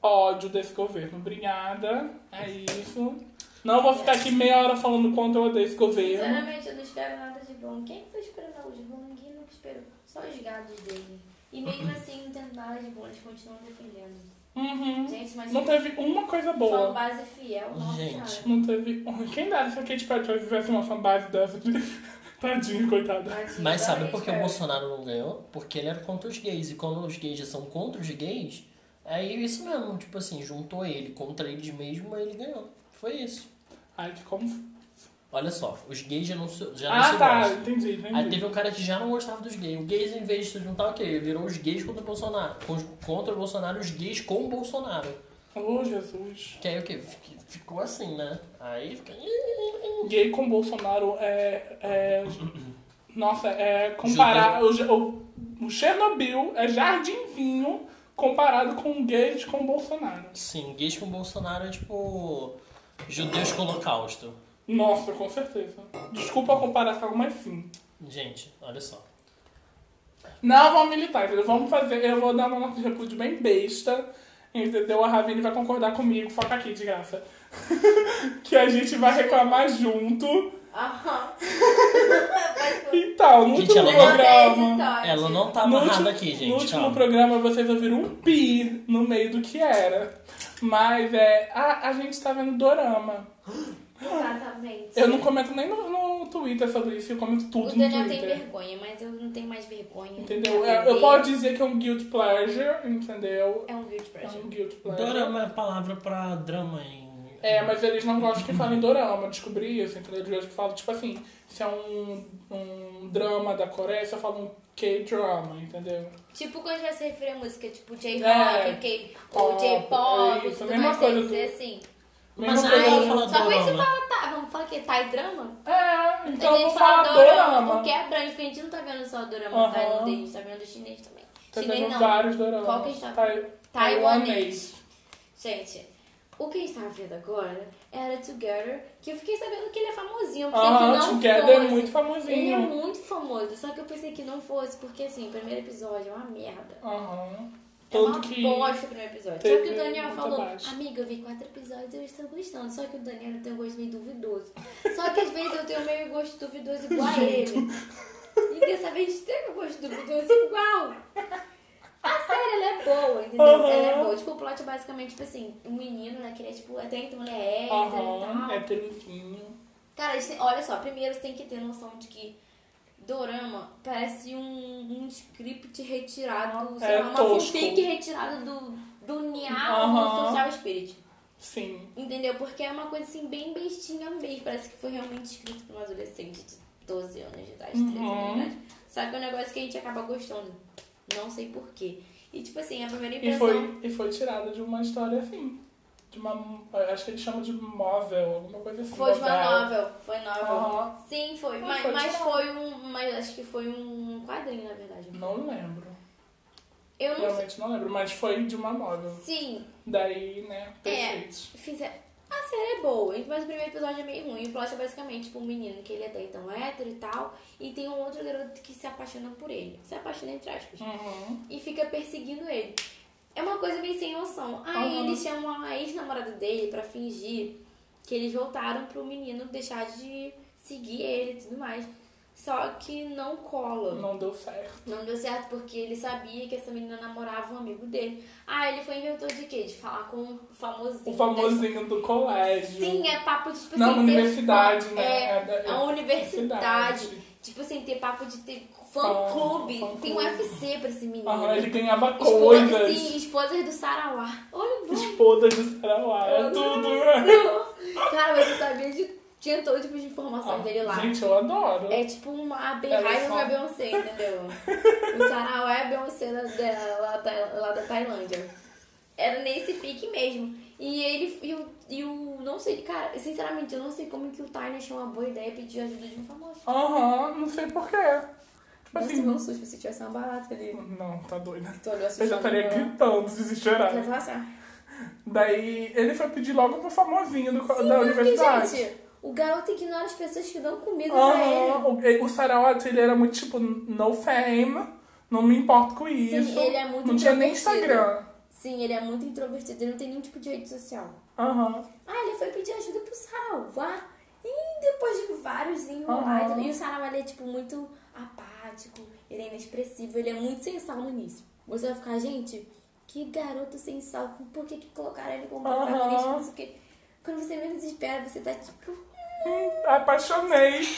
B: Ódio desse governo. Obrigada. É isso. Não vou ficar aqui meia hora falando quanto eu odeio esse governo.
C: Sinceramente, eu não espero nada de bom. Quem que tá esperando algo de bom? Ninguém nunca esperou. Só os gados dele. E mesmo assim, não tendo nada de bom, eles continuam defendendo.
A: é.
B: Uhum.
C: Gente, mas
B: Não teve uma coisa boa.
C: fanbase fiel, nossa
A: Gente.
C: senhora.
B: Não teve. um- Quem dera se a Kate Perry tivesse uma fanbase dessa. Tadinho, coitada.
C: Tadinho,
A: Mas sabe
C: realmente,
B: é.
A: por que o
C: cara.
A: Bolsonaro não ganhou? Porque ele era contra os gays. E quando os gays já são contra os gays, aí é isso mesmo. Tipo assim, juntou ele contra eles mesmo e ele ganhou. Foi isso.
B: Ai, que como.
A: Olha só, os gays já não se, já não
B: Ah,
A: se
B: tá,
A: gostam.
B: entendi, entendi.
A: Aí teve um cara que já não gostava dos gays. O gays, em vez de se juntar, o quê? Virou os gays contra o Bolsonaro. Con- Contra o Bolsonaro, os gays com o Bolsonaro.
B: Oh, Jesus.
A: Que aí o quê? Fique- Ficou assim, né? Aí fica.
B: Gay com Bolsonaro é. é- nossa, é comparar. O, o, o Chernobyl é jardinzinho comparado com gays com Bolsonaro.
A: Sim, gays com Bolsonaro é tipo. Judeus com holocausto.
B: Nossa, com certeza. Desculpa a comparação, mas sim.
A: Gente, olha só.
B: Não vão militar, entendeu? Vamos fazer. Eu vou dar uma nota de repúdio bem besta. Entendeu? A Ravine vai concordar comigo, foca aqui, de graça. que a gente vai reclamar junto.
C: Aham.
B: Então, no
A: Gente,
B: último
A: ela não-
B: programa.
A: Ela não tá
B: No
A: amarrada
B: último-
A: aqui, gente.
B: No último
A: calma.
B: programa vocês ouviram um pi no meio do que era. Mas é. A, a gente tá vendo dorama.
C: Exatamente.
B: Eu não comento nem no, no Twitter sobre isso, eu comento
C: O
B: tudo no
C: Daniel tem
B: Twitter.
C: vergonha, mas eu não tenho mais vergonha.
B: Entendeu? Eu,
C: Quer
B: eu
C: ver?
B: posso dizer que é um guilt pleasure, entendeu?
C: É um guilty
B: É
C: pleasure.
B: um guilt pleasure.
A: Dorama é a palavra pra drama em.
B: É, mas eles não gostam que falem dorama, eu descobri isso, entendeu? Eles gostam que falam, tipo assim, se é um, um drama da Coreia, só falam um K-drama, entendeu?
C: Tipo quando vai se referir à música, tipo J-rock,
B: É.
C: K- ou
B: Pop,
C: J-pop,
B: é
C: e
B: isso,
C: tudo
B: mesma
C: mais, tem
B: coisa
C: que
B: do-
C: ser assim.
A: Mas
B: Mesma
A: aí
B: coisa-
A: ela fala
C: Só por isso
A: dorama.
C: fala, tá, vamos falar o quê? Thai drama?
B: É, então
C: a
B: eu
C: gente
B: vou falar
C: fala dorama,
B: dorama.
C: porque é branco, porque a gente não tá vendo só dorama
B: Aham.
C: tailandês, a gente tá vendo chinês também.
B: Tá
C: chinês
B: vendo
C: não,
B: vários doramas.
C: Qual que a gente tá
B: Tai-
C: Taiwanês. Gente, o que a gente tava vendo agora era Together, que eu fiquei sabendo que ele é famosinho, porque
B: Aham,
C: que não
B: Together é
C: fosse.
B: muito
C: Ele é
B: famosinho.
C: muito famoso, só que eu pensei que não fosse, porque assim, o primeiro episódio é uma merda.
B: Aham.
C: É
B: Tanto
C: uma
B: que.
C: bosta o primeiro episódio. Só
B: teve
C: que o Daniel
B: muita
C: falou,
B: baixa.
C: amiga, eu vi quatro episódios e eu estou gostando. Só que o Daniel tem um gosto meio duvidoso. Só que às vezes eu tenho meio gosto duvidoso igual a ele. E dessa vez teve um gosto duvidoso igual. A série, ela é boa, entendeu? Ela é
B: Aham.
C: boa. Tipo, o plot é basicamente, tipo assim, um menino, né, que ele é, tipo, até então ele é hétero e
B: Aham,
C: tal.
B: é peluquinho.
C: Cara, isso- olha só, primeiro você tem que ter noção de que Dorama parece um, um script retirado, sei
B: É
C: lá, uma
B: tosco.
C: fanfic retirada do, do Nial
B: Aham.
C: do Social Spirit.
B: Sim.
C: Entendeu? Porque é uma coisa assim, bem bestinha mesmo. Parece que foi realmente escrito pra uma adolescente de 12 anos de idade, 13
B: Uhum.
C: anos de idade. Só que é um negócio que a gente acaba gostando. Não sei porquê. E tipo assim, a primeira
B: E
C: impressão.
B: foi, e foi tirada de uma história assim. De uma. Acho que eles chamam de móvel, alguma coisa assim.
C: Foi de uma
B: novela.
C: novel, foi novel.
B: Aham.
C: Sim, foi.
B: Ah,
C: Mas,
B: foi
C: mas
B: tirado.
C: foi um. Mas acho que foi um quadrinho, na verdade.
B: Não lembro.
C: Eu não sei.
B: Realmente não lembro, mas foi de uma móvel.
C: Sim,
B: Daí,
C: É.
B: né, perfeito.
C: fizer. A série é boa, mas o primeiro episódio é meio ruim. O plot é basicamente tipo um menino que ele é até então hétero e tal. E tem um outro garoto que se apaixona por ele. Se apaixona entre aspas.
B: Uhum.
C: E fica perseguindo ele. É uma coisa meio sem noção. Aí
B: Aham.
C: ele chama a ex-namorada dele pra fingir que eles voltaram pro menino deixar de seguir ele e tudo mais. Só que não cola.
B: Não deu certo.
C: Não deu certo porque ele sabia que essa menina namorava um amigo dele. Ah, ele foi inventor de quê? De falar com o famosinho.
B: O
C: né?
B: famosinho do colégio.
C: Sim, é papo de tipo
B: Não,
C: assim, ter
B: universidade,
C: fã-
B: né?
C: É,
B: É da-
C: é uma universidade.
B: Universidade.
C: Tipo assim, ter papo de ter
B: Fã-
C: fã-clube.
B: fã-clube.
C: Tem um UFC pra esse menino.
B: Aham, ele ganhava
C: Esposa-
B: coisas.
C: Sim, esposas do Sarawá. Olha o nome.
B: Esposa de Sarawá, é tudo.
C: Cara, mas eu sabia de. Tinha todo tipo de informação dele lá.
B: Ah, Gente, eu adoro.
C: É tipo uma
B: Ela
C: Beehive
B: só-
C: pra Beyoncé, entendeu? o Sarawá é a Beyoncé da- da- lá, da- lá da Tailândia. Era nesse pique mesmo. E ele, e o, e o- não sei, cara, sinceramente, eu não sei como que o Tyne achou uma boa ideia pedir ajuda de um famoso.
B: Aham, não sei porquê. Tipo
C: Nossa,
B: assim.
C: meu susto, se tivesse uma barata ali.
B: Não, tá doida.
C: Tu olhou
B: Eu já
C: assustado.
B: estaria
C: né?
B: gritando,
C: Já
B: desesperada.
C: tava assim,
B: Daí ele foi pedir logo pro famosinho do-
C: Sim,
B: da
C: porque,
B: universidade.
C: gente, o garoto ignora as pessoas que dão comida pra ele.
B: Aham, o- ele- o Sarawat ele era muito tipo, no fame, não me importo com isso.
C: ele é muito
B: não tinha nem
C: introvertido.
B: Instagram.
C: Sim, ele é muito introvertido, ele não tem nenhum tipo de rede social.
B: Aham.
C: Ah, ele foi pedir ajuda pro salvar. E depois de vários enrolados.
B: Aham.
C: E o Sarau, ele é, tipo, muito apático, ele é inexpressivo, ele é muito sem sal no início. Você vai ficar, gente, que garoto sem sal, por que, que colocaram ele como
B: Aham.
C: protagonista, não sei o quê. Quando você menos espera, você tá tipo,
B: Hum, Apaixonei.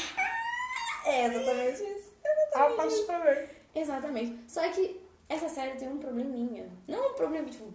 C: é exatamente isso. Exatamente. isso.
B: Apaixonei.
C: Exatamente. Só que essa série tem um probleminha. Não um problema, tipo,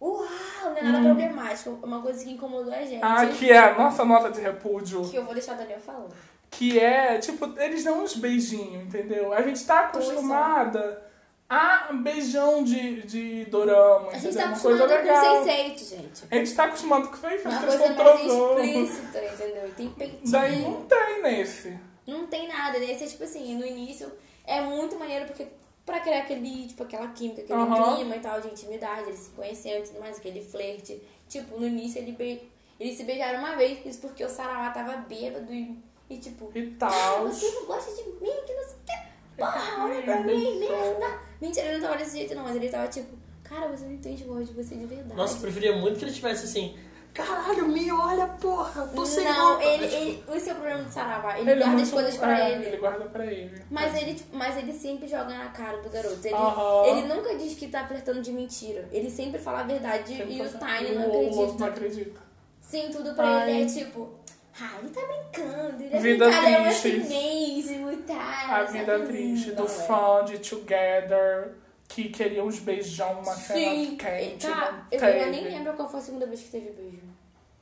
C: uau, não é nada problemático. é Uma coisa que incomodou a gente.
B: Hum. Ah, que é a nossa nota de repúdio.
C: que eu vou deixar o Daniel falando.
B: Que é, tipo, eles dão uns beijinhos, entendeu? A gente tá
C: Dois só.
B: acostumada a um beijão de, de dorama,
C: A gente
B: entendeu?
C: tá
B: Uma coisa
C: acostumado
B: legal.
C: com sense gente.
B: A gente tá acostumado com isso aí,
C: Uma
B: faz
C: coisa
B: com
C: mais
B: transando.
C: explícita, entendeu? Tem peitinho.
B: Daí não tem nesse.
C: Não tem nada. Nesse é tipo assim, no início é muito maneiro porque pra criar aquele, tipo, aquela química, aquele
B: Aham.
C: clima e tal de intimidade, eles se conhecendo e tudo mais, aquele flerte. Tipo, no início ele be- eles se beijaram uma vez, isso porque o Sarawá tava bêbado e, e tipo,
B: E
C: ah,
B: tal.
C: você não gosta de mim, que não sei o que.
B: Hum,
C: Porra, olha pra mim, merda. Mentira, ele não tava desse jeito não, mas ele tava tipo, cara, você não entende o gosto de você de verdade.
A: Nossa, eu preferia muito que ele tivesse assim. Caralho, me olha, porra, tô sem
C: não,
A: roupa."
C: ele,
B: tipo,
C: ele, esse é o problema do Saravá. Ele,
B: é
C: guarda as
B: muito-
C: coisas pra
B: é,
C: ele.
B: Ele guarda pra ele.
C: Mas ele, tipo, mas ele sempre joga na cara do garoto. Ele,
B: Aham.
C: ele nunca diz que tá apertando de mentira. Ele sempre fala a verdade
B: Sempre
C: e o
B: faz-
C: Tiny não
B: o outro não
C: acredita.
B: acredita.
C: Sim, tudo pra
B: Ai.
C: ele é tipo. Ah, ele tá brincando, ele é
B: Vida
C: brincalhão
B: triste.
C: assim mesmo e tal.
B: A vida triste
C: é.
B: do fã de Together, que queria uns beijão, uma
C: Sim,
B: cena quente.
C: tá,
B: não
C: eu,
B: teve.
C: eu nem lembro qual foi a segunda vez que teve beijo.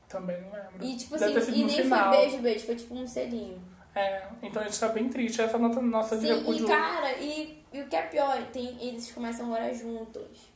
B: Também não lembro.
C: E tipo
B: Deve ter
C: assim,
B: sido
C: e
B: no
C: nem foi
B: final.
C: beijo, beijo, foi tipo um selinho.
B: É, então a gente tá bem triste. Essa nota nossa de
C: Sim, e tá-
B: repúdio.
C: cara, e, e o que é pior, tem, eles começam agora juntos.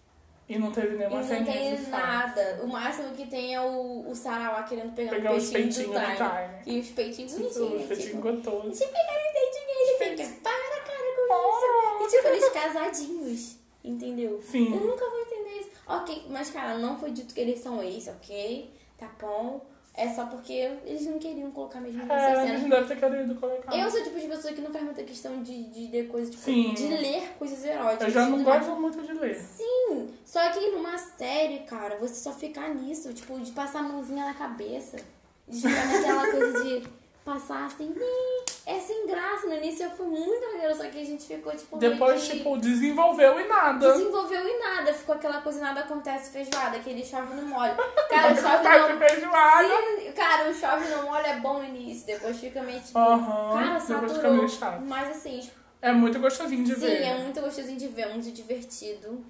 B: E não teve
C: E
B: nenhuma
C: não
B: ceninha
C: tem
B: de fato.
C: nada. O máximo que tem é o, o Sarawá querendo pegar,
B: Pegar
C: o
B: os
C: peitinho
B: peitinhos
C: do
B: do
C: Time.
B: Time.
C: E os peitinhos bonitinhos.
B: Os
C: né,
B: peitinhos
C: tipo,
B: gotosos.
C: se pegar no dedinho, ele fica, para, cara, com isso. E tipo, eles casadinhos. Entendeu?
B: Sim.
C: Eu nunca vou entender isso. Ok, mas cara, não foi dito que eles são ex, ok? Tá bom. É só porque eles não queriam colocar mesmo
B: É,
C: nessa
B: a gente
C: cena.
B: deve ter querido colocar.
C: Eu sou o tipo de pessoa que não faz muita questão de, de ler coisas, tipo,
B: Ah. Sim.
C: de ler coisas eróticas.
B: Eu já não
C: tudo mais.
B: gosto muito de ler.
C: Sim, só que numa série, cara, você só ficar nisso, tipo, de passar a mãozinha na cabeça. De ficar naquela coisa de passar assim, "Ih", é sem graça. No início foi muito maneiro, só que a gente ficou, tipo, meio
B: Depois,
C: que
B: tipo, desenvolveu e nada.
C: desenvolveu em nada. Ficou aquela coisa, nada acontece feijoada, aquele chove no molho. Cara,
B: Tá
C: chove
B: de
C: no
B: feijoada.
C: Sim, cara, o chove no molho é bom no início, depois fica meio tipo.
B: Aham,
C: Cara,
B: depois fica
C: saturou.
B: meio chato.
C: Mas assim,
B: É muito gostosinho de
C: Sim,
B: ver.
C: é muito gostosinho de ver, muito divertido.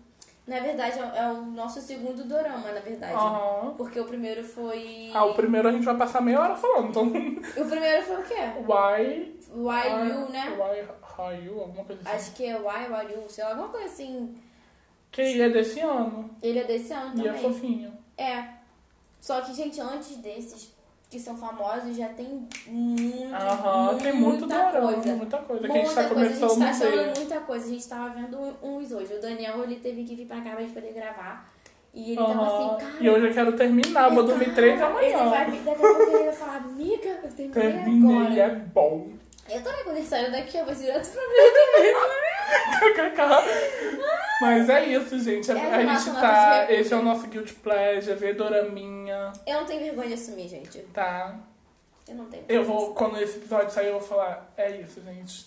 C: Na verdade, é é o nosso segundo dorama, na verdade.
B: Aham.
C: Porque o primeiro foi.
B: Ah, o primeiro a gente vai passar meia hora falando. Então,
C: O primeiro foi o quê?
B: why... Ah.
C: Why You, né?
B: Why Are You, alguma coisa assim.
C: Acho que é Why, Why You, sei lá, alguma coisa assim.
B: Que é desse ano.
C: Ele é desse ano
B: E é
C: também.
B: fofinho.
C: É. Só que, gente, antes desses que são famosos, já tem muito.
B: Aham, tem muito
C: muita
B: dorama,
C: coisa.
B: muita coisa que a gente
C: Muita
B: tá
C: coisa, a gente
B: começando
C: tá
B: a ver.
C: achando muita coisa. A gente tava vendo um, uns hoje. O Daniel, ele teve que vir pra cá pra gente poder gravar. E ele tava
B: Aham.
C: assim, cara...
B: e eu já quero terminar, Ah, vou dormir três da
C: Ele vai,
B: manhã.
C: daqui a pouco ele vai falar, amiga, eu terminei
B: Terminei,
C: agora.
B: é bom.
C: Eu também, quando ele saiu daqui, eu vou direto pra mim
B: Mas é isso, gente.
C: É
B: a
C: a nossa
B: gente
C: nota de
B: tá.
C: repúdio.
B: Esse é o nosso Guild Pleasure, ver Doraminha,
C: Eu não tenho vergonha de assumir, gente.
B: tá?
C: Eu não tenho
B: Eu vou, quando esse episódio sair, eu vou falar. É isso, gente.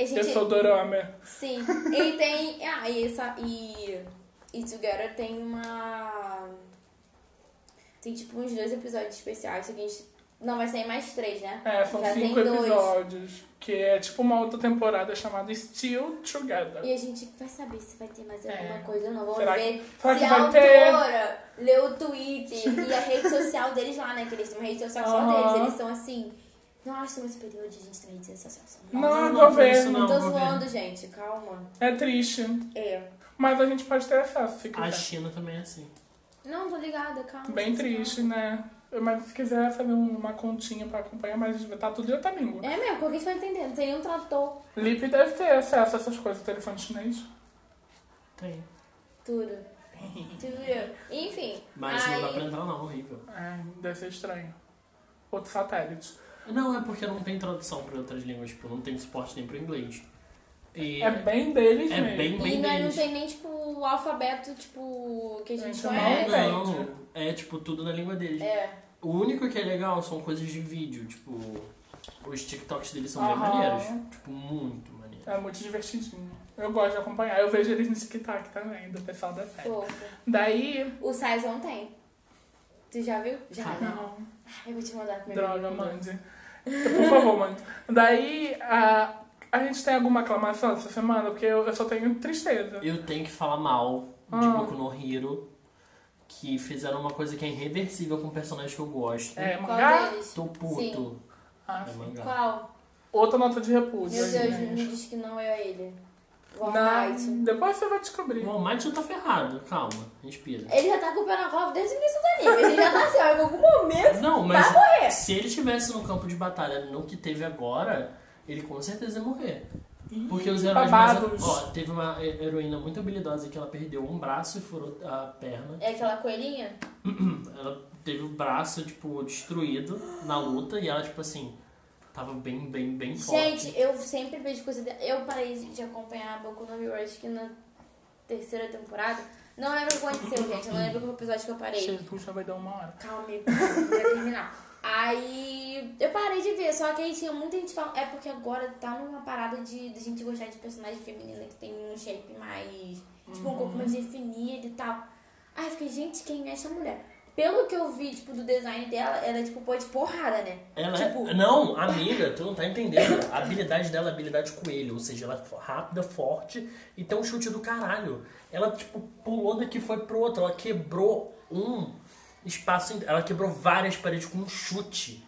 C: Gente,
B: Eu sou Dorama.
C: Sim. E tem. Ah, e essa. E. E Together tem uma. Tem tipo uns dois episódios especiais. só que a gente. Não, vai sair mais três, né?
B: É, são
C: Já
B: cinco
C: tem dois.
B: episódios. Que é tipo uma outra temporada chamada Still Together.
C: E a gente vai saber se vai ter mais
B: É.
C: alguma coisa ou não. Vamos
B: Será que-
C: ver
B: será
C: se
B: que
C: a
B: vai ter?
C: autora leu o Twitter e a rede social deles lá, né? Que eles têm uma rede social só
B: Aham.
C: deles. Eles são assim. Nossa, somos superiores, a gente tem rede social só.
B: Não,
A: "Ah, Não,
B: é
A: não, foi isso
B: governo.
A: não.
C: Tô
A: vou ver.
C: zoando, gente. Calma.
B: É triste.
C: É.
B: Mas a gente pode ter acesso se
A: A
B: quiser.
A: China também é assim.
C: Não, tô ligada, calma.
B: Bem
C: gente,
B: triste, né? Mas se quiser fazer um- uma continha pra acompanhar, mas tá tudo em outra língua.
C: É mesmo, porque a gente vai entender, não tem nenhum trator,
B: Lip deve ter acesso a essas coisas, telefone chinês.
A: Tem.
C: tudo. Tudo. Enfim.
A: Mas
C: aí...
A: não dá pra entrar não, horrível.
B: Ai, É, deve ser estranho. Outro satélite.
A: Não, é porque não tem tradução pra outras línguas, tipo, não tem suporte nem pro inglês. E
B: É bem deles
A: é
B: mesmo.
A: bem,
C: E
A: bem
C: não, não
A: deles.
C: tem nem, tipo, o alfabeto, tipo, que a gente
B: Gente,
C: conhece.
B: tem,
A: não, é tipo tudo na língua deles.
C: É.
A: O único que é legal são coisas de vídeo, tipo, os TikToks deles são bem
B: Aham.
A: maneiros. Tipo, muito maneiros.
B: É muito divertidinho. Eu gosto de acompanhar. Eu vejo eles no TikTok também, do pessoal da série.
C: Fofo.
B: Daí.
C: O Saison tem. Tu já viu? Já.
A: Ah,
C: né?
B: Não.
C: Eu vou te mandar primeiro.
B: Droga, mande. Por favor, mande. Daí, a, a gente tem alguma aclamação essa semana? Porque eu, eu só tenho tristeza.
A: Eu tenho que falar mal de
B: Ah.
A: Boku no Hiro, que fizeram uma coisa que é irreversível com um personagem que eu gosto.
B: É,
C: Qual
B: mangá?
C: deles?
A: Tô puto.
B: Ah,
A: É
B: sim.
A: mangá.
C: Qual?
B: Outra nota de repúdio.
C: Meu Deus,
B: né?
C: me diz que não é ele. O All
B: Na-
C: Might.
B: Depois você vai descobrir.
A: Bom, o Mike já tá ferrado, calma, respira.
C: Ele já tá com o pé na cova desde o início do anime. Ele já tá assim, ó, em algum
B: É,
C: momento.
A: Não, mas
C: Vai morrer.
A: se ele estivesse no campo de batalha no que teve agora, ele com certeza ia morrer. Porque os heróis
B: babados.
A: mais, ó, teve uma he- heroína muito habilidosa que ela perdeu um braço e furou a perna.
C: É aquela coelhinha?
A: Ela teve o braço, tipo, destruído na luta e ela, tipo assim, tava bem, bem, bem forte.
C: Gente, eu sempre vejo coisa. de- Eu parei de- de acompanhar Boku no Hero, acho que na terceira temporada. Não lembro o que aconteceu, gente. Eu não lembro qual episódio que eu parei.
B: Jesus, já vai dar uma hora.
C: Calma, amigo, vai terminar. Aí eu parei de ver, só que aí tinha muita gente falando. É porque agora tá numa parada de, de gente gostar de personagem feminina que tem um shape mais. Tipo, um
A: Uhum.
C: corpo mais definido e tal. Aí eu fiquei, gente, quem é essa mulher? Pelo que eu vi, tipo, do design dela, ela, tipo, pôs porrada, né?
A: Ela
C: tipo,
A: é... Não, amiga, tu não tá entendendo. A habilidade dela é a habilidade coelho, ou seja, ela é rápida, forte e tem um chute do caralho. Ela, tipo, pulou daqui foi pro outro. Ela quebrou um espaço. in- Ela quebrou várias paredes com um chute.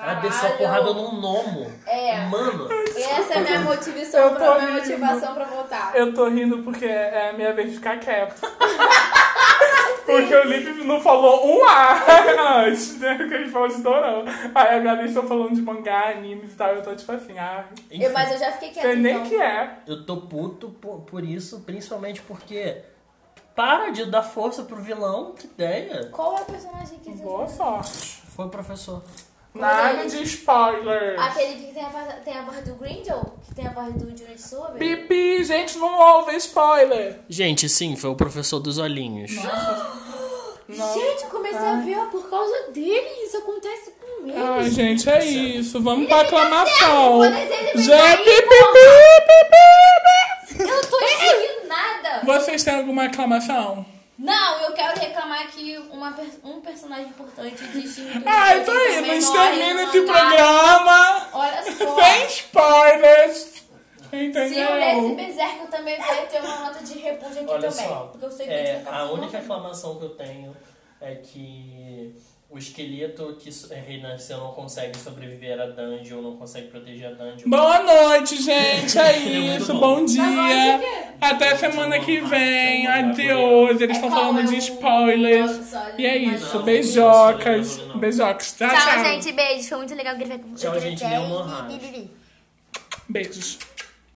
A: Ela desceu a
C: Caralho.
A: porrada num gnomo.
C: É.
A: Mano,
C: Essa é a minha
B: Eu
C: motivação,
B: tô
C: pra, minha
B: rindo.
C: motivação pra voltar.
B: Eu tô rindo porque é a minha vez de ficar quieto. porque o Lipe não falou um A antes, né? Que a gente falou de Dorão. Aí agora eles estão falando de mangá, animes e tal. Eu tô tipo assim, ah,
A: enfim,
C: Eu, mas eu já fiquei quieta.
B: sei nem
C: então.
B: que é.
A: eu tô puto por, por isso, principalmente porque para de dar força pro vilão, que ideia.
C: Qual é o personagem que você
B: Boa sorte.
A: Foi o professor.
B: Nada de spoilers.
C: Hum. Aquele que tem a, voz- tem a voz do Grindel, que tem a voz do Junior Sobe.
B: Pipi, gente, não houve spoiler.
A: Gente, sim, foi o professor dos olhinhos.
C: Gente, eu comecei a ver por causa dele. Isso acontece com ele.
B: Ai, gente, é isso. Vamos pra aclamação.
C: Quando ele vem
B: Já
C: aí,
B: pipi, pipi, pipi.
C: Eu tô indignada.
B: Vocês têm alguma aclamação?
C: Não, eu quero reclamar que uma, per- um personagem importante de Shin
B: Ah, então é isso. A gente termina esse programa
C: Olha
B: sem
C: só.
B: spoilers.
C: Se eu ler esse
B: Entendeu?
C: Berserk, eu também vai ter uma nota de repúdio aqui
A: Olha
C: também.
A: só,
C: porque eu sei que tá
A: é,
C: gente vai
A: a única
C: acabar falando.
A: reclamação que eu tenho é que o esqueleto que so- renasceu não consegue sobreviver a dungeon, não consegue proteger a dungeon.
B: Boa noite, gente. É isso. Bom
C: Agora,
B: dia.
C: de quê?
B: Até semana que vem. Adeus. Eles estão
C: É qual
B: falando
C: é
B: de
C: o-
B: spoilers. E é
C: Não,
B: isso.
A: não,
B: Beijocas.
A: não, não, não.
B: Beijocas. Tchau,
C: Tchau,
B: tchau.
C: gente. Beijo. Foi muito legal gravar com vocês.
A: Tchau, gente. Me honra.
B: Beijos.